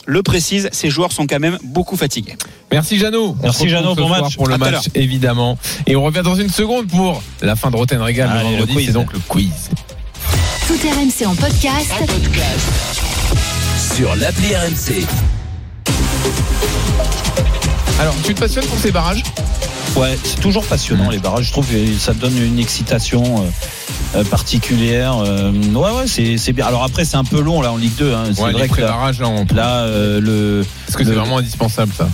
Speaker 13: le précise, ces joueurs sont quand même beaucoup fatigués.
Speaker 4: Merci Jeannot. On
Speaker 3: Merci
Speaker 4: se
Speaker 3: Jeannot,
Speaker 4: retrouve ce
Speaker 3: bon
Speaker 4: soir
Speaker 3: match.
Speaker 4: Pour le
Speaker 13: À tout à
Speaker 4: match, évidemment. Et on revient dans une seconde pour la fin de Rotten Régal le
Speaker 3: Allez, le
Speaker 4: vendredi.
Speaker 3: quiz.
Speaker 4: C'est donc le quiz.
Speaker 14: Tout RMC en podcast.
Speaker 1: Sur l'appli RMC.
Speaker 4: Alors, tu te passionnes pour ces barrages
Speaker 3: Ouais, c'est toujours
Speaker 4: Mm.
Speaker 3: passionnant les barrages. Je trouve que ça donne une excitation euh, euh, particulière. Euh, ouais, ouais, c'est c'est bien. Alors après, c'est un peu long là en Ligue 2. hein. C'est
Speaker 4: Ouais, les
Speaker 3: vrai que là,
Speaker 4: pré-barrages, là, on...
Speaker 3: là, euh, le
Speaker 4: Est-ce que c'est
Speaker 3: le-
Speaker 4: vraiment indispensable, ça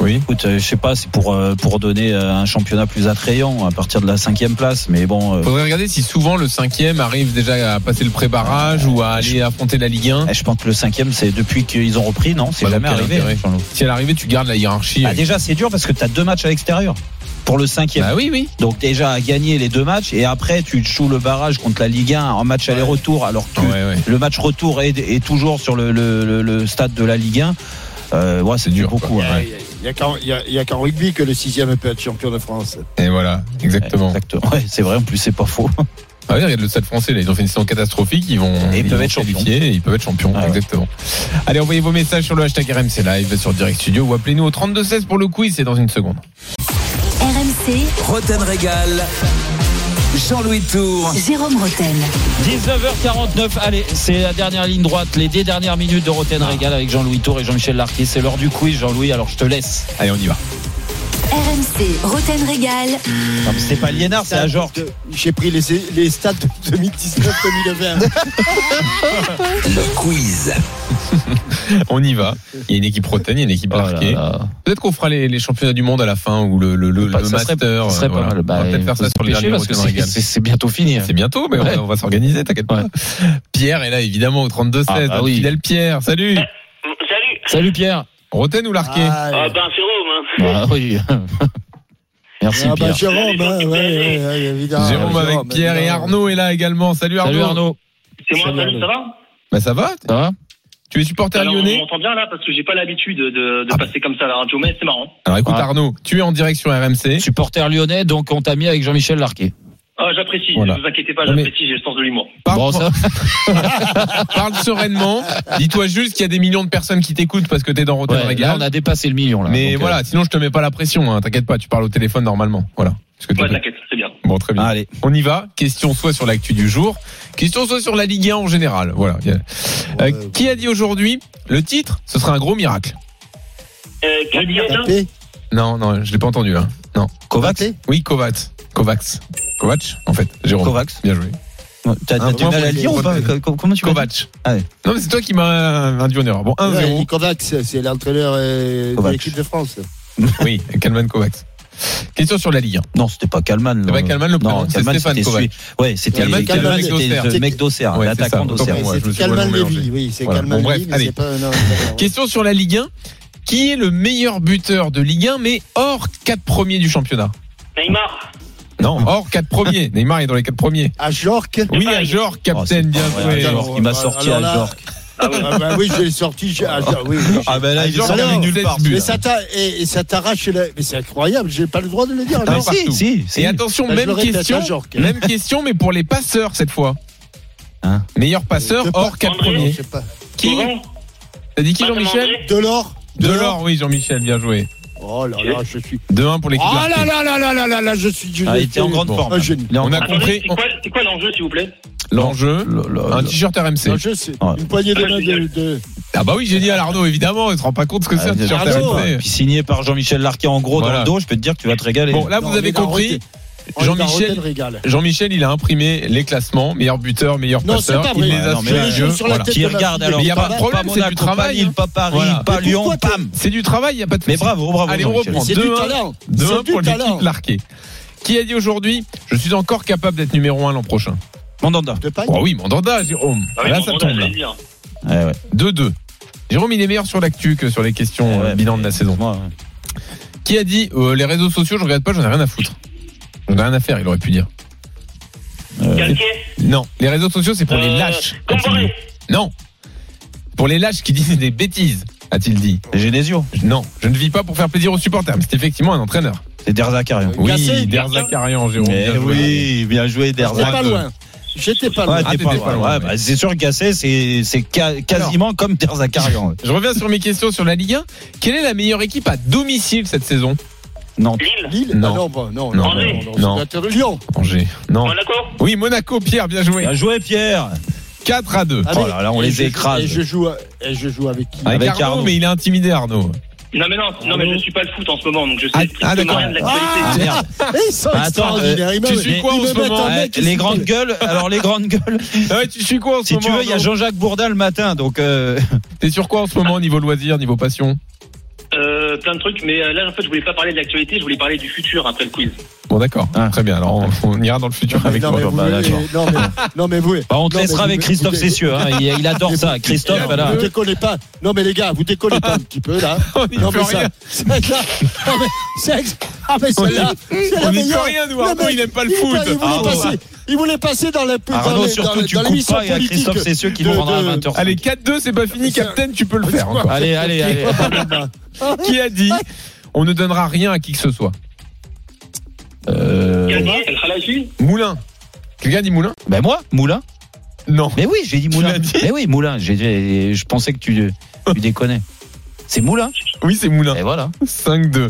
Speaker 4: Oui.
Speaker 3: Écoute, euh, je sais pas, c'est pour euh, pour donner euh, un championnat plus attrayant à partir de la cinquième place. Mais bon, euh,
Speaker 4: Faudrait regarder si souvent le cinquième arrive déjà à passer le pré-barrage ou à aller affronter la Ligue 1.
Speaker 3: eh, je pense que le cinquième, c'est depuis qu'ils ont repris, non C'est
Speaker 4: Bah,
Speaker 3: jamais
Speaker 4: donc, quel
Speaker 3: arrivé.
Speaker 4: intérêt
Speaker 3: hein.
Speaker 4: Si à l'arrivée, tu gardes la hiérarchie.
Speaker 3: Bah, déjà, c'est dur parce que tu as deux matchs à l'extérieur pour le cinquième.
Speaker 4: Bah oui, oui.
Speaker 3: Donc déjà à gagner les deux matchs et après tu te joues le barrage contre la Ligue 1 en match aller-retour alors que
Speaker 4: Ouais, ouais.
Speaker 3: le match retour est, est toujours sur le, le- le- le stade de la Ligue 1. Euh, ouais, c'est dur
Speaker 4: dur,
Speaker 3: beaucoup.
Speaker 4: quoi.
Speaker 3: ouais.
Speaker 4: Ouais.
Speaker 5: Il n'y a, qu'en- il y a- il y a qu'en rugby que le sixième peut être champion de France.
Speaker 4: Et voilà, exactement.
Speaker 3: Eh, Exactement. Ouais, c'est vrai, en plus, c'est pas faux.
Speaker 4: <laughs> Ah oui, regarde le stade français, là, ils ont fait une saison catastrophique, ils vont
Speaker 3: Et ils peuvent
Speaker 4: vont
Speaker 3: être champions.
Speaker 4: qualifier, et ils peuvent être champions,
Speaker 3: Ah ouais.
Speaker 4: exactement. Allez, envoyez vos messages sur le hashtag RMC Live, sur Direct Studio, ou appelez-nous au 3216 pour le quiz, c'est dans une seconde.
Speaker 14: RMC,
Speaker 1: Roten Régal. Jean-Louis Tour.
Speaker 14: Jérôme Roten.
Speaker 3: 19h49, allez, c'est la dernière ligne droite, les 10 dernières minutes de
Speaker 4: Ah.
Speaker 3: Roten Régal avec Jean-Louis Tour et Jean-Michel Larquet. C'est l'heure du quiz, Jean-Louis, alors je te laisse.
Speaker 4: Allez, on y va.
Speaker 1: RMC, Roten Régal.
Speaker 3: Non, mais c'est pas Liénard, c'est Ajorc.
Speaker 5: J'ai pris les, les stats de 2019-2020.
Speaker 2: Le quiz.
Speaker 4: <laughs> On y va. Il y a une équipe Rotten, il y a une
Speaker 3: Oh
Speaker 4: équipe Arquet. Peut-être qu'on fera les, les championnats du monde à la fin ou le, le, le,
Speaker 3: Bah,
Speaker 4: le
Speaker 3: ça serait-
Speaker 4: master.
Speaker 3: ça serait
Speaker 4: euh,
Speaker 3: pas mal. Bah,
Speaker 4: on va peut-être faire
Speaker 3: faut
Speaker 4: ça
Speaker 3: se
Speaker 4: sur les
Speaker 3: dépêcher
Speaker 4: derniers
Speaker 3: parce que
Speaker 4: Rotten
Speaker 3: c'est-
Speaker 4: Regal.
Speaker 3: c'est- c'est bientôt fini.
Speaker 13: hein.
Speaker 4: C'est bientôt, mais on
Speaker 3: Ouais.
Speaker 4: va- on va s'organiser, t'inquiète pas. Pierre est là, évidemment, au 32-16.
Speaker 3: Ah, bah
Speaker 4: notre
Speaker 3: oui.
Speaker 4: Fidèle Pierre, salut.
Speaker 15: Eh, Salut.
Speaker 3: Salut Pierre.
Speaker 4: Roten ou Larquet
Speaker 15: Ah ben Jérôme. hein.
Speaker 3: Ah
Speaker 4: <laughs>
Speaker 3: oui. Merci
Speaker 5: Ah bah
Speaker 3: Pierre.
Speaker 5: Jérôme, hein, ouais, ouais, ouais, évidemment.
Speaker 4: Jérôme avec Pierre et
Speaker 5: évidemment.
Speaker 4: Arnaud est là également. Salut Arnaud.
Speaker 3: Salut Arnaud.
Speaker 15: C'est moi, salut, ça va
Speaker 4: Bah, ça va
Speaker 3: Ça va
Speaker 4: Tu es <laughs> supporter
Speaker 15: Alors,
Speaker 4: lyonnais Ah,
Speaker 15: On m'entend bien là parce que j'ai pas l'habitude de, de passer comme ça à la radio, mais c'est marrant.
Speaker 4: Alors écoute
Speaker 3: Ah.
Speaker 4: Arnaud, tu es en direction RMC.
Speaker 3: Supporter lyonnais, donc on t'a mis avec Jean-Michel Larquet.
Speaker 15: Ah, j'apprécie,
Speaker 4: Voilà.
Speaker 15: ne vous inquiétez pas,
Speaker 4: Non, mais-
Speaker 15: j'apprécie, j'ai le sens de l'humour.
Speaker 4: Parle,
Speaker 3: Bon, ça-
Speaker 4: <laughs> parle sereinement. Dis-toi juste qu'il y a des millions de personnes qui t'écoutent parce que t'es dans Rotten
Speaker 3: Ouais, là,
Speaker 4: Régal.
Speaker 3: on a dépassé le million. Là,
Speaker 4: Mais
Speaker 3: Donc,
Speaker 4: voilà,
Speaker 3: euh,
Speaker 4: sinon je te mets pas la pression. hein, T'inquiète pas, tu parles au téléphone normalement. Voilà. Ce que tu
Speaker 15: Ouais,
Speaker 4: veux.
Speaker 15: t'inquiète, c'est bien.
Speaker 4: Bon, très bien.
Speaker 3: Allez.
Speaker 4: On y va. Question soit sur l'actu du jour, question soit sur la Ligue 1 en général. Voilà. Euh, qui a dit aujourd'hui le titre Ce sera un gros miracle.
Speaker 15: Euh,
Speaker 5: Ah,
Speaker 15: Cadillac,
Speaker 5: Tapé,
Speaker 4: Non, non, je l'ai pas entendu là. Non.
Speaker 3: Kovacs.
Speaker 5: tapé.
Speaker 4: Oui, Kovacs. Kovacs. Kovacs, en fait. Jérôme.
Speaker 3: Kovacs.
Speaker 4: Bien joué. Ah,
Speaker 3: T'as t'as
Speaker 4: Un
Speaker 3: du
Speaker 4: point
Speaker 3: mal à
Speaker 4: pour
Speaker 3: lire
Speaker 4: les
Speaker 3: ou pas
Speaker 4: Rotten.
Speaker 3: Co- Comment tu vas
Speaker 4: Kovacs.
Speaker 3: Ah ouais.
Speaker 4: Non, mais c'est toi qui m'as euh, induit en erreur. Ah Bon, 1-0.
Speaker 5: Ouais, Nico Vax, c'est l'entraîneur euh, de
Speaker 3: Kovac.
Speaker 5: l'équipe de France.
Speaker 4: Oui, Kalman Kovacs. Question sur la Ligue 1.
Speaker 3: Non, c'était pas Kalman.
Speaker 4: C'est pas
Speaker 3: non.
Speaker 4: Kalman
Speaker 3: Non,
Speaker 4: le prénom, c'est
Speaker 3: Kalman,
Speaker 4: Stéphane
Speaker 3: c'était celui.
Speaker 4: Kovacs.
Speaker 3: Ouais, c'était
Speaker 4: Kalman,
Speaker 3: c'était
Speaker 5: Kalman,
Speaker 3: le
Speaker 5: c'est-
Speaker 3: mec d'Auxerre,
Speaker 4: Ouais, c'est
Speaker 3: l'attaquant
Speaker 4: ça, autant
Speaker 3: d'Auxerre.
Speaker 4: pour moi, je me
Speaker 5: c'est
Speaker 4: suis
Speaker 5: Calman
Speaker 4: vraiment mélangé.
Speaker 5: Lévy, oui, c'est
Speaker 4: Voilà.
Speaker 5: Calman
Speaker 4: Bon, bref,
Speaker 5: Lévy, mais
Speaker 4: allez.
Speaker 5: c'est pas. non, c'est
Speaker 4: Question sur la Ligue 1. Qui est le meilleur buteur de Ligue 1, mais hors 4 premiers du championnat
Speaker 15: Neymar,
Speaker 4: Non, hors 4
Speaker 3: <laughs>
Speaker 4: premiers. Neymar est dans les 4 premiers.
Speaker 5: pas- À Jork.
Speaker 4: Oui,
Speaker 15: pareil.
Speaker 4: à Jorg,
Speaker 3: Oh, c'est
Speaker 4: capitaine, bien
Speaker 3: pas
Speaker 4: joué.
Speaker 3: vrai, Jorg, Il m'a sorti
Speaker 5: Alors
Speaker 3: à
Speaker 5: là-
Speaker 3: Jorg.
Speaker 5: Ah, bah oui, j'ai sorti. j'ai- Ah, oui, oui, j'ai-
Speaker 3: Ah ben là, il est
Speaker 5: Jorg,
Speaker 3: sorti
Speaker 5: alors,
Speaker 3: nulle part.
Speaker 4: seize buts.
Speaker 5: Mais ça t'a- et, et ça t'arrache la- Mais c'est incroyable, j'ai pas le droit de le dire.
Speaker 3: Ah,
Speaker 5: non.
Speaker 3: mais si,
Speaker 4: partout.
Speaker 3: si, si.
Speaker 4: Et attention,
Speaker 5: Bah, je le
Speaker 4: même
Speaker 5: répète,
Speaker 4: question,
Speaker 5: à Jorg.
Speaker 4: même question, mais pour les passeurs cette fois.
Speaker 3: Hein
Speaker 4: meilleur passeur
Speaker 5: Je sais
Speaker 4: hors
Speaker 5: pas.
Speaker 4: 4
Speaker 15: André.
Speaker 5: Je
Speaker 4: premiers.
Speaker 5: sais pas.
Speaker 4: Qui
Speaker 15: Laurent,
Speaker 4: T'as dit qui
Speaker 15: Benjamin
Speaker 4: Jean-Michel
Speaker 15: André.
Speaker 5: Delors.
Speaker 4: Delors, oui, Jean-Michel, bien joué.
Speaker 5: Oh là là, je suis.
Speaker 4: 2-1 pour
Speaker 5: Oh
Speaker 4: l'équipe.
Speaker 5: là
Speaker 4: Larkin.
Speaker 5: là là là là là là, je suis. je
Speaker 3: Ah, il
Speaker 5: suis-
Speaker 3: était en grande
Speaker 4: Bon.
Speaker 3: forme.
Speaker 5: Un génie.
Speaker 3: Il est en
Speaker 4: On a
Speaker 3: grande forme.
Speaker 4: compris
Speaker 15: attendez, c'est quoi, c'est quoi l'enjeu s'il vous plaît
Speaker 4: l'enjeu.
Speaker 3: Le- le-
Speaker 4: Un
Speaker 3: le-
Speaker 4: t-shirt RMC.
Speaker 5: Non, je sais.
Speaker 3: Ouais.
Speaker 5: Une poignée de
Speaker 15: Ah,
Speaker 5: main de.
Speaker 15: génial.
Speaker 5: de-
Speaker 4: Ah bah oui, j'ai dit à Arnaud, évidemment, il se rend pas compte ce que c'est un
Speaker 3: Ah,
Speaker 4: t-shirt
Speaker 5: Arnaud,
Speaker 4: RMC.
Speaker 3: Puis signé par Jean-Michel Larquet en gros dans
Speaker 4: Voilà.
Speaker 3: le dos, je peux te dire que tu vas te régaler.
Speaker 4: Bon, là,
Speaker 5: Non,
Speaker 4: vous avez
Speaker 5: mais dans
Speaker 4: compris.
Speaker 5: Oh,
Speaker 4: Jean-Michel-
Speaker 5: Darrotel régale.
Speaker 4: Jean-Michel, il a imprimé les classements, meilleur buteur, meilleur
Speaker 5: Non, c'est
Speaker 4: passeur.
Speaker 5: pas
Speaker 4: Il
Speaker 5: vrai.
Speaker 4: les a
Speaker 3: Ah, non, mais
Speaker 4: sous
Speaker 3: là,
Speaker 4: les
Speaker 5: je
Speaker 4: yeux.
Speaker 5: suis sur la
Speaker 4: Voilà.
Speaker 5: tête
Speaker 3: qui
Speaker 5: de
Speaker 3: regarde
Speaker 5: ma-
Speaker 3: alors
Speaker 4: Mais y a
Speaker 3: pas,
Speaker 4: pas de problème,
Speaker 3: pas
Speaker 4: c'est du
Speaker 3: Monaco, pas
Speaker 4: travail,
Speaker 3: Lille,
Speaker 4: hein.
Speaker 3: pas Paris,
Speaker 4: Voilà.
Speaker 3: pas
Speaker 5: Mais
Speaker 3: Lyon,
Speaker 5: pourquoi t'es-
Speaker 3: pam.
Speaker 4: C'est du travail, il n'y a pas de
Speaker 3: Mais
Speaker 4: souci.
Speaker 3: bravo, bravo.
Speaker 4: Allez, on
Speaker 3: Jean-Michel.
Speaker 4: reprend.
Speaker 5: C'est du
Speaker 4: 2-1
Speaker 5: talent.
Speaker 4: 2-1
Speaker 5: C'est
Speaker 4: pour
Speaker 5: du talent.
Speaker 4: l'équipe Larquet. Qui a dit aujourd'hui Je suis encore capable d'être numéro 1 l'an prochain
Speaker 3: Mandanda.
Speaker 5: De paille.
Speaker 4: Oh oui, Mandanda, Jérôme.
Speaker 15: Ah oui,
Speaker 4: là,
Speaker 15: bon,
Speaker 4: ça
Speaker 15: bon,
Speaker 4: tombe.
Speaker 15: j'allais
Speaker 4: là.
Speaker 15: le dire.
Speaker 3: Ah
Speaker 4: 2-2. Jérôme, il est meilleur sur l'actu que sur les questions
Speaker 3: Eh Ouais,
Speaker 4: euh, bilan de la saison.
Speaker 3: Moi, hein. ouais.
Speaker 4: Qui a dit euh, Les réseaux sociaux, je regarde pas, j'en ai rien à foutre J'en ai rien à faire, il aurait pu dire.
Speaker 3: Euh,
Speaker 15: Galtier,
Speaker 4: Non, les réseaux sociaux, c'est pour les
Speaker 15: Euh,
Speaker 4: lâches.
Speaker 15: Comboré.
Speaker 4: a-t-il dit. Non. Pour les lâches qui disent des bêtises, a-t-il dit.
Speaker 3: Genesio.
Speaker 4: Non, je ne vis pas pour faire plaisir aux supporters, mais c'est effectivement un entraîneur.
Speaker 3: C'est Derzakarian.
Speaker 4: Oui,
Speaker 5: Gasset,
Speaker 4: Derzakarian, Jérôme.
Speaker 3: Eh
Speaker 4: bien joué.
Speaker 3: oui, bien joué
Speaker 5: J'étais
Speaker 3: Derzak.
Speaker 5: Ah, pas loin. J'étais pas
Speaker 3: Ouais,
Speaker 5: loin.
Speaker 4: Ah,
Speaker 3: t'es
Speaker 4: t'étais
Speaker 3: pas
Speaker 4: pas
Speaker 3: loin.
Speaker 4: loin,
Speaker 3: Ouais,
Speaker 4: ouais.
Speaker 3: bah, c'est sûr que Gasset, c'est c'est ca- quasiment comme Derzakarian.
Speaker 4: Je reviens sur mes questions sur la Ligue 1. Quelle est la meilleure équipe à domicile cette saison
Speaker 3: Non.
Speaker 15: Lille,
Speaker 5: Lille
Speaker 4: Non.
Speaker 5: Ah non, bah, non,
Speaker 4: Non,
Speaker 5: non, non,
Speaker 4: non,
Speaker 5: non,
Speaker 4: non.
Speaker 5: c'est l'intérieur. Lyon.
Speaker 4: Angers. Non.
Speaker 15: Monaco,
Speaker 4: Oui, Monaco, Pierre, bien joué.
Speaker 3: Bien joué Pierre.
Speaker 4: 4 à 2.
Speaker 5: Ah,
Speaker 3: Oh
Speaker 5: mais-
Speaker 3: là là, on
Speaker 5: et
Speaker 3: les
Speaker 5: je-
Speaker 3: écrase.
Speaker 5: Et je joue, à- et je joue avec qui
Speaker 4: Avec,
Speaker 3: Avec
Speaker 4: Arnaud,
Speaker 3: Arnaud.
Speaker 4: mais il est
Speaker 3: <laughs>
Speaker 4: intimidé, Arnaud.
Speaker 15: non mais non, non mais je suis pas le foot en ce moment, donc je sais
Speaker 4: Ah, ah,
Speaker 15: strictement
Speaker 4: d'accord.
Speaker 15: rien de l'actualité.
Speaker 3: Ah, merde.
Speaker 5: Eh, Ils sont
Speaker 3: Bah, attends,
Speaker 5: extraordinaires.
Speaker 3: euh,
Speaker 5: Ils me-
Speaker 4: tu suis
Speaker 5: ils
Speaker 4: quoi en
Speaker 5: me
Speaker 4: ce
Speaker 5: mettent
Speaker 4: moment
Speaker 5: un
Speaker 3: Ouais,
Speaker 5: mec qui
Speaker 3: Eh, les
Speaker 5: se-
Speaker 3: grandes gueules, alors les grandes gueules,
Speaker 4: Ah ouais, tu suis quoi en ce
Speaker 3: si
Speaker 4: moment
Speaker 3: tu veux, il y a
Speaker 4: Arnaud
Speaker 3: Jean-Jacques Bourdin le matin, donc euh, <laughs>
Speaker 4: T'es sur quoi en ce moment, niveau loisirs, niveau passion
Speaker 15: Euh, plein de trucs, mais euh, là en fait je voulais pas parler de l'actualité, je voulais parler du futur après le quiz.
Speaker 4: Bon, d'accord.
Speaker 3: Ah.
Speaker 4: Très bien. Alors, on, on ira dans le futur avec
Speaker 5: Non,
Speaker 4: toi.
Speaker 5: mais vous-
Speaker 3: Bah, d'accord.
Speaker 5: non, mais- Non, mais vous.
Speaker 3: bah, on te
Speaker 5: non,
Speaker 3: laissera
Speaker 5: mais
Speaker 3: avec
Speaker 5: vous-
Speaker 3: Christophe
Speaker 5: vous-
Speaker 3: Cessieux, hein, il, il adore ça. Christophe,
Speaker 5: Non,
Speaker 3: voilà.
Speaker 5: Vous décollez pas. Non, mais les gars, vous décollez pas un petit
Speaker 3: <laughs>
Speaker 5: peu, là.
Speaker 4: On n'y
Speaker 5: Non,
Speaker 4: peut
Speaker 5: mais <laughs> ça.
Speaker 4: rien.
Speaker 5: Celle-là. Non, mais c'est ex- Ah, mais
Speaker 4: On
Speaker 5: celle-là.
Speaker 4: n'y-
Speaker 5: c'est la
Speaker 4: on n'y peut
Speaker 5: meilleure.
Speaker 4: rien, nous.
Speaker 5: Le
Speaker 4: Arnaud,
Speaker 5: mec,
Speaker 4: il n'aime pas le
Speaker 5: il
Speaker 4: foot.
Speaker 5: voulait- il voulait
Speaker 3: Arnaud,
Speaker 5: passer-
Speaker 3: ouais.
Speaker 5: Il voulait passer dans la dans
Speaker 3: Ah, bah. Arnaud,
Speaker 5: les- dans
Speaker 3: surtout,
Speaker 5: les-
Speaker 3: tu
Speaker 5: dans
Speaker 3: coupes
Speaker 5: l'émission
Speaker 3: pas et à
Speaker 5: politique
Speaker 3: Christophe Cessieux qui
Speaker 5: de-
Speaker 3: nous rendra à
Speaker 5: de-
Speaker 3: 20h.
Speaker 4: Allez, 4-2, c'est pas fini, Captain, tu peux le faire encore.
Speaker 3: Allez, allez,
Speaker 5: <laughs>
Speaker 3: allez.
Speaker 4: <laughs> Qui a dit On ne donnera rien à qui que ce soit Euh,
Speaker 15: Galtier, El Khalaji,
Speaker 4: Moulin. Quelqu'un dit Moulin
Speaker 3: Ben moi, Moulin.
Speaker 4: Non.
Speaker 3: Mais oui, j'ai dit Moulin.
Speaker 4: l'as dit
Speaker 3: Mais oui, Moulin. J'ai dit- je pensais que tu, tu déconnais. C'est Moulin.
Speaker 4: Oui, c'est Moulin.
Speaker 3: Et voilà.
Speaker 4: 5-2.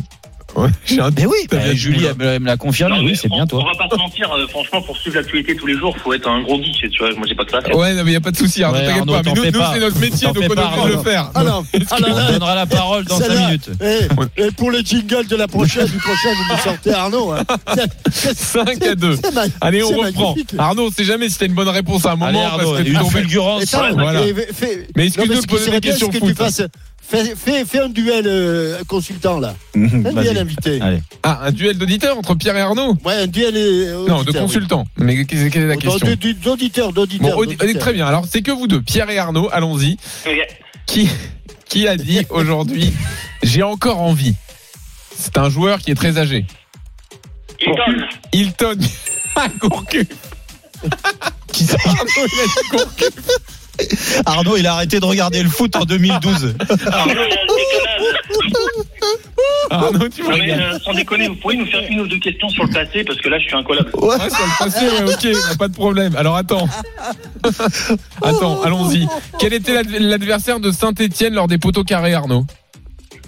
Speaker 3: mais oui, bah, Julie elle me- elle me l'a confirmé.
Speaker 15: Non, mais
Speaker 3: oui, c'est
Speaker 15: on-
Speaker 3: bien toi.
Speaker 15: On va pas se mentir, euh, franchement, pour suivre l'actualité tous les jours, faut être un gros geek, tu vois. Moi, j'ai pas que ça à faire.
Speaker 4: Ouais, non, mais il n'y a pas de souci, Arnaud,
Speaker 3: Ouais,
Speaker 4: t'inquiète
Speaker 3: Arnaud,
Speaker 4: pas. Mais
Speaker 3: t'en
Speaker 4: nous,
Speaker 3: fais
Speaker 4: nous,
Speaker 3: pas.
Speaker 4: c'est notre métier,
Speaker 3: T'en
Speaker 4: donc
Speaker 3: fais
Speaker 4: on est
Speaker 3: pas,
Speaker 4: obligé de le
Speaker 3: Arnaud.
Speaker 4: faire.
Speaker 5: Alors, alors
Speaker 3: On donnera la parole dans 5
Speaker 5: Celle-là,
Speaker 3: minutes.
Speaker 5: eh, et pour le jingle de la prochaine, du prochain, vous me sortez Arnaud. 5
Speaker 4: 5 à 2. Allez, on reprend. Arnaud, on sait jamais si t'as une bonne réponse à un moment
Speaker 3: Allez, Arnaud,
Speaker 4: parce que
Speaker 3: allez,
Speaker 4: tu
Speaker 3: une
Speaker 4: tombes
Speaker 3: fulgurance.
Speaker 5: Attends,
Speaker 4: Voilà.
Speaker 5: et fais-
Speaker 4: Mais
Speaker 5: Non,
Speaker 4: excuse-nous
Speaker 5: ce qui
Speaker 4: de poser
Speaker 5: serait
Speaker 4: des
Speaker 5: bien,
Speaker 4: questions
Speaker 5: c'est que
Speaker 4: foot.
Speaker 5: tu fasses- Fais, fais- fais un duel euh, consultant là. Un duel invité.
Speaker 4: Ah, un duel d'auditeurs entre Pierre et Arnaud
Speaker 5: Ouais, un duel. euh,
Speaker 4: Non, de
Speaker 5: auditeur, oui.
Speaker 4: consultants. Mais quelle quelle est la question
Speaker 5: D'aud- d'aud- D'auditeurs,
Speaker 4: Bon,
Speaker 5: d'auditeurs.
Speaker 4: audi-
Speaker 5: d'auditeurs.
Speaker 4: très bien. Alors, c'est que vous deux, Pierre et Arnaud, allons-y. Qui, qui
Speaker 5: <laughs>
Speaker 4: a dit aujourd'hui J'ai encore envie C'est un joueur qui est très âgé.
Speaker 15: Hilton.
Speaker 4: Hilton. <laughs> Ah,
Speaker 13: <laughs>
Speaker 4: Gourcuff.
Speaker 3: Qui ça
Speaker 4: Arnaud, il a dit Gourcuff.
Speaker 3: Arnaud, il a arrêté de regarder le foot en 2012.
Speaker 15: Arnaud, il y a le déconnage.
Speaker 4: Arnaud, tu
Speaker 15: Non, mais, euh, sans déconner, vous pourriez nous faire une ou deux questions sur le passé parce que là, je suis incollable.
Speaker 4: Ouais, sur le passé, ouais, ok, y a pas de problème.
Speaker 5: <laughs>
Speaker 4: Alors attends. attends, allons-y. Quel était l'ad- l'adversaire de Saint-Etienne lors des poteaux carrés, Arnaud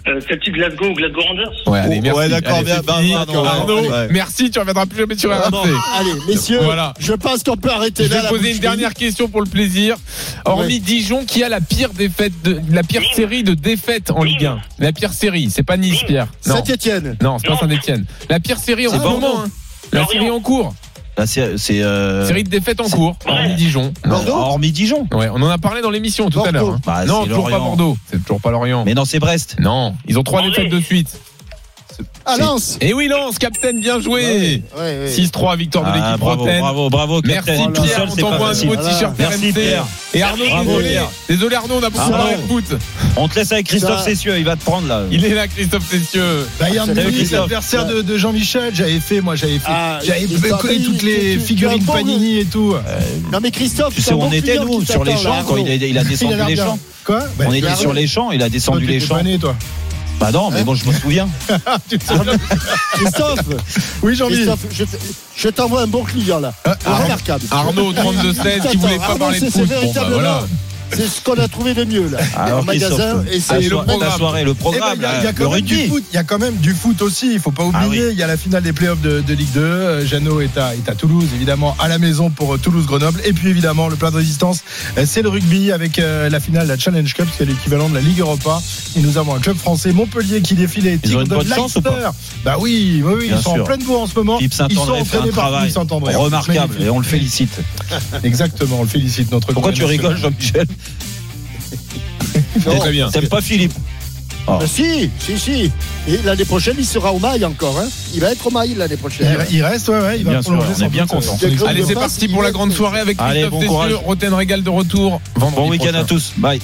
Speaker 15: Euh, Celtic Glasgow ou Glasgow Rangers
Speaker 4: Ouais,
Speaker 5: Oh,
Speaker 4: allez, merci.
Speaker 10: ouais, d'accord,
Speaker 4: Allez,
Speaker 10: bien,
Speaker 4: c'est
Speaker 10: bah,
Speaker 4: fini.
Speaker 10: bah, non,
Speaker 4: Arnaud,
Speaker 10: ouais, ouais.
Speaker 4: merci, tu reviendras plus jamais sur
Speaker 5: Ah,
Speaker 4: RMC.
Speaker 5: bon. Allez, messieurs,
Speaker 4: Voilà.
Speaker 5: je pense qu'on peut arrêter
Speaker 4: Je
Speaker 5: là.
Speaker 4: vais
Speaker 5: la
Speaker 4: poser
Speaker 5: boucherie.
Speaker 4: une dernière question pour le plaisir. Hormis
Speaker 5: Ouais.
Speaker 4: Dijon, qui a la pire défaite, de, la pire série de défaites en Ligue 1 La pire série, c'est pas Nice, Pierre. Non,
Speaker 5: Saint-Etienne.
Speaker 4: non c'est pas Saint-Etienne. La pire série en
Speaker 3: C'est
Speaker 4: ce
Speaker 3: Bordeaux.
Speaker 4: moment. hein. La série en cours.
Speaker 3: Là, c'est. c'est, euh,
Speaker 4: Série de défaites en cours. Hormis Dijon.
Speaker 5: Bordeaux
Speaker 3: Hormis Dijon.
Speaker 4: Ouais, on en a parlé dans l'émission tout à
Speaker 5: Bordeaux.
Speaker 4: l'heure. hein.
Speaker 3: Bah,
Speaker 4: non,
Speaker 3: c'est
Speaker 4: toujours pas
Speaker 3: Lorient.
Speaker 4: Bordeaux. C'est toujours pas Lorient.
Speaker 3: Mais non, c'est Brest.
Speaker 4: Non, ils ont trois
Speaker 15: Bordeaux.
Speaker 4: défaites de suite.
Speaker 5: Ah, Lens.
Speaker 4: Et oui, Lance, capitaine, bien joué.
Speaker 5: Ouais, ouais.
Speaker 4: 6-3 victoire de
Speaker 3: Ah,
Speaker 4: l'équipe
Speaker 3: bravo,
Speaker 4: Rotten.
Speaker 3: bravo, bravo,
Speaker 4: Merci
Speaker 3: capitaine. Tout
Speaker 4: Pierre,
Speaker 3: seul,
Speaker 4: on
Speaker 3: c'est pas
Speaker 4: t'envoie un
Speaker 3: facile.
Speaker 4: nouveau t-shirt
Speaker 3: Merci,
Speaker 4: RMC.
Speaker 3: Pierre.
Speaker 4: Et Arnaud,
Speaker 3: Bravo,
Speaker 4: désolé.
Speaker 3: Pierre. Ah,
Speaker 4: Désolé Arnaud, on a beaucoup
Speaker 3: Arnaud.
Speaker 4: parlé de foot.
Speaker 3: On te laisse avec Christophe
Speaker 5: Ça-
Speaker 3: Cessieux, il va te prendre là.
Speaker 4: Il est là, Christophe Cessieux.
Speaker 16: Bayern
Speaker 3: Salut,
Speaker 16: Munich,
Speaker 3: Christophe.
Speaker 16: l'adversaire de, de Jean-Michel, j'avais fait, moi, j'avais fait,
Speaker 5: Ah,
Speaker 16: j'avais
Speaker 5: il t'a
Speaker 16: collé
Speaker 5: dit,
Speaker 16: toutes
Speaker 5: tu-
Speaker 16: les
Speaker 5: tu-
Speaker 16: figurines
Speaker 5: tu as un bon
Speaker 16: Panini et tout.
Speaker 5: Non, mais Christophe,
Speaker 3: Euh, Tu
Speaker 5: c'est
Speaker 3: sais
Speaker 5: un
Speaker 3: où
Speaker 5: bon
Speaker 3: on était,
Speaker 5: client
Speaker 3: nous,
Speaker 5: qui
Speaker 3: sur les
Speaker 5: t'attend, là,
Speaker 3: champs, quand il a, il a descendu
Speaker 16: Il a
Speaker 3: les
Speaker 16: l'air bien.
Speaker 3: champs.
Speaker 16: Quoi Bah,
Speaker 3: on
Speaker 16: il a
Speaker 3: était
Speaker 16: l'air
Speaker 3: sur les champs, il a
Speaker 16: Toi,
Speaker 3: descendu les
Speaker 16: t'étais
Speaker 3: champs.
Speaker 16: pané, toi. Hein
Speaker 3: Bah non, mais bon, je me souviens.
Speaker 16: <laughs> Tu te souviens
Speaker 3: <laughs>
Speaker 5: Christophe,
Speaker 16: Oui, Jean-Michel.
Speaker 5: Christophe, je, je t'envoie un bon client là. Remarquable.
Speaker 4: Arnaud, 32-16, qui voulait pas
Speaker 5: Arnaud,
Speaker 4: parler de
Speaker 5: c'est-
Speaker 4: foot.
Speaker 5: C'est
Speaker 4: Bon, bah,
Speaker 5: véritablement.
Speaker 4: voilà.
Speaker 5: C'est ce qu'on a trouvé de mieux là.
Speaker 3: Ah, Alors,
Speaker 5: en magasin.
Speaker 3: Christophe,
Speaker 5: Et
Speaker 3: ta
Speaker 5: c'est
Speaker 3: soirée- ta soirée, le
Speaker 16: Eh ben,
Speaker 3: programme,
Speaker 16: Il y a- il y,
Speaker 3: là,
Speaker 16: a
Speaker 3: le
Speaker 16: quand même du
Speaker 3: rugby.
Speaker 16: foot, il y a quand même du foot aussi, il faut pas oublier.
Speaker 3: Ah oui.
Speaker 16: Il y a la finale des playoffs de, de Ligue 2. euh, Jeannot est à, est à Toulouse, évidemment, à la maison pour euh, Toulouse-Grenoble. Et puis évidemment, le plat de résistance, euh, c'est le rugby avec euh, la finale de la Challenge Cup, qui est l'équivalent de la Ligue Europa. Et nous avons un club français, Montpellier, qui défile les
Speaker 3: Ils ont
Speaker 16: Tigres
Speaker 3: une
Speaker 16: de
Speaker 3: bonne chance ou pas
Speaker 16: Leicester. Bah oui, oui, oui,
Speaker 3: Bien
Speaker 16: ils sont
Speaker 3: sûr.
Speaker 16: en pleine bourre en ce moment.
Speaker 3: Philippe
Speaker 16: ils sont
Speaker 3: Saint-André fait un
Speaker 16: entraînés par
Speaker 3: travail
Speaker 16: Philippe Saint-André.
Speaker 3: remarquable
Speaker 16: Magnifique.
Speaker 3: et on le félicite.
Speaker 16: <laughs> Exactement, on le félicite, notre
Speaker 3: Pourquoi
Speaker 16: grand
Speaker 3: tu
Speaker 16: national.
Speaker 3: rigoles, Jean-Michel
Speaker 5: Non,
Speaker 16: Eh,
Speaker 4: Très bien.
Speaker 3: T'aimes pas Philippe
Speaker 16: Ah.
Speaker 5: bah, si, si, si. Et l'année prochaine, il sera au mail encore. hein. Il va être au mail l'année prochaine.
Speaker 16: Il, il reste, ouais, ouais, il
Speaker 3: Bien
Speaker 16: va
Speaker 3: sûr,
Speaker 16: prolonger euh,
Speaker 3: on est bien content.
Speaker 4: Allez, c'est parti pour la grande soirée avec
Speaker 3: Allez,
Speaker 4: Christophe
Speaker 3: bon courage.
Speaker 4: Cessieux. Roten Régal de retour. vendredi
Speaker 3: Bon week-end
Speaker 4: prochain.
Speaker 3: à tous. Bye.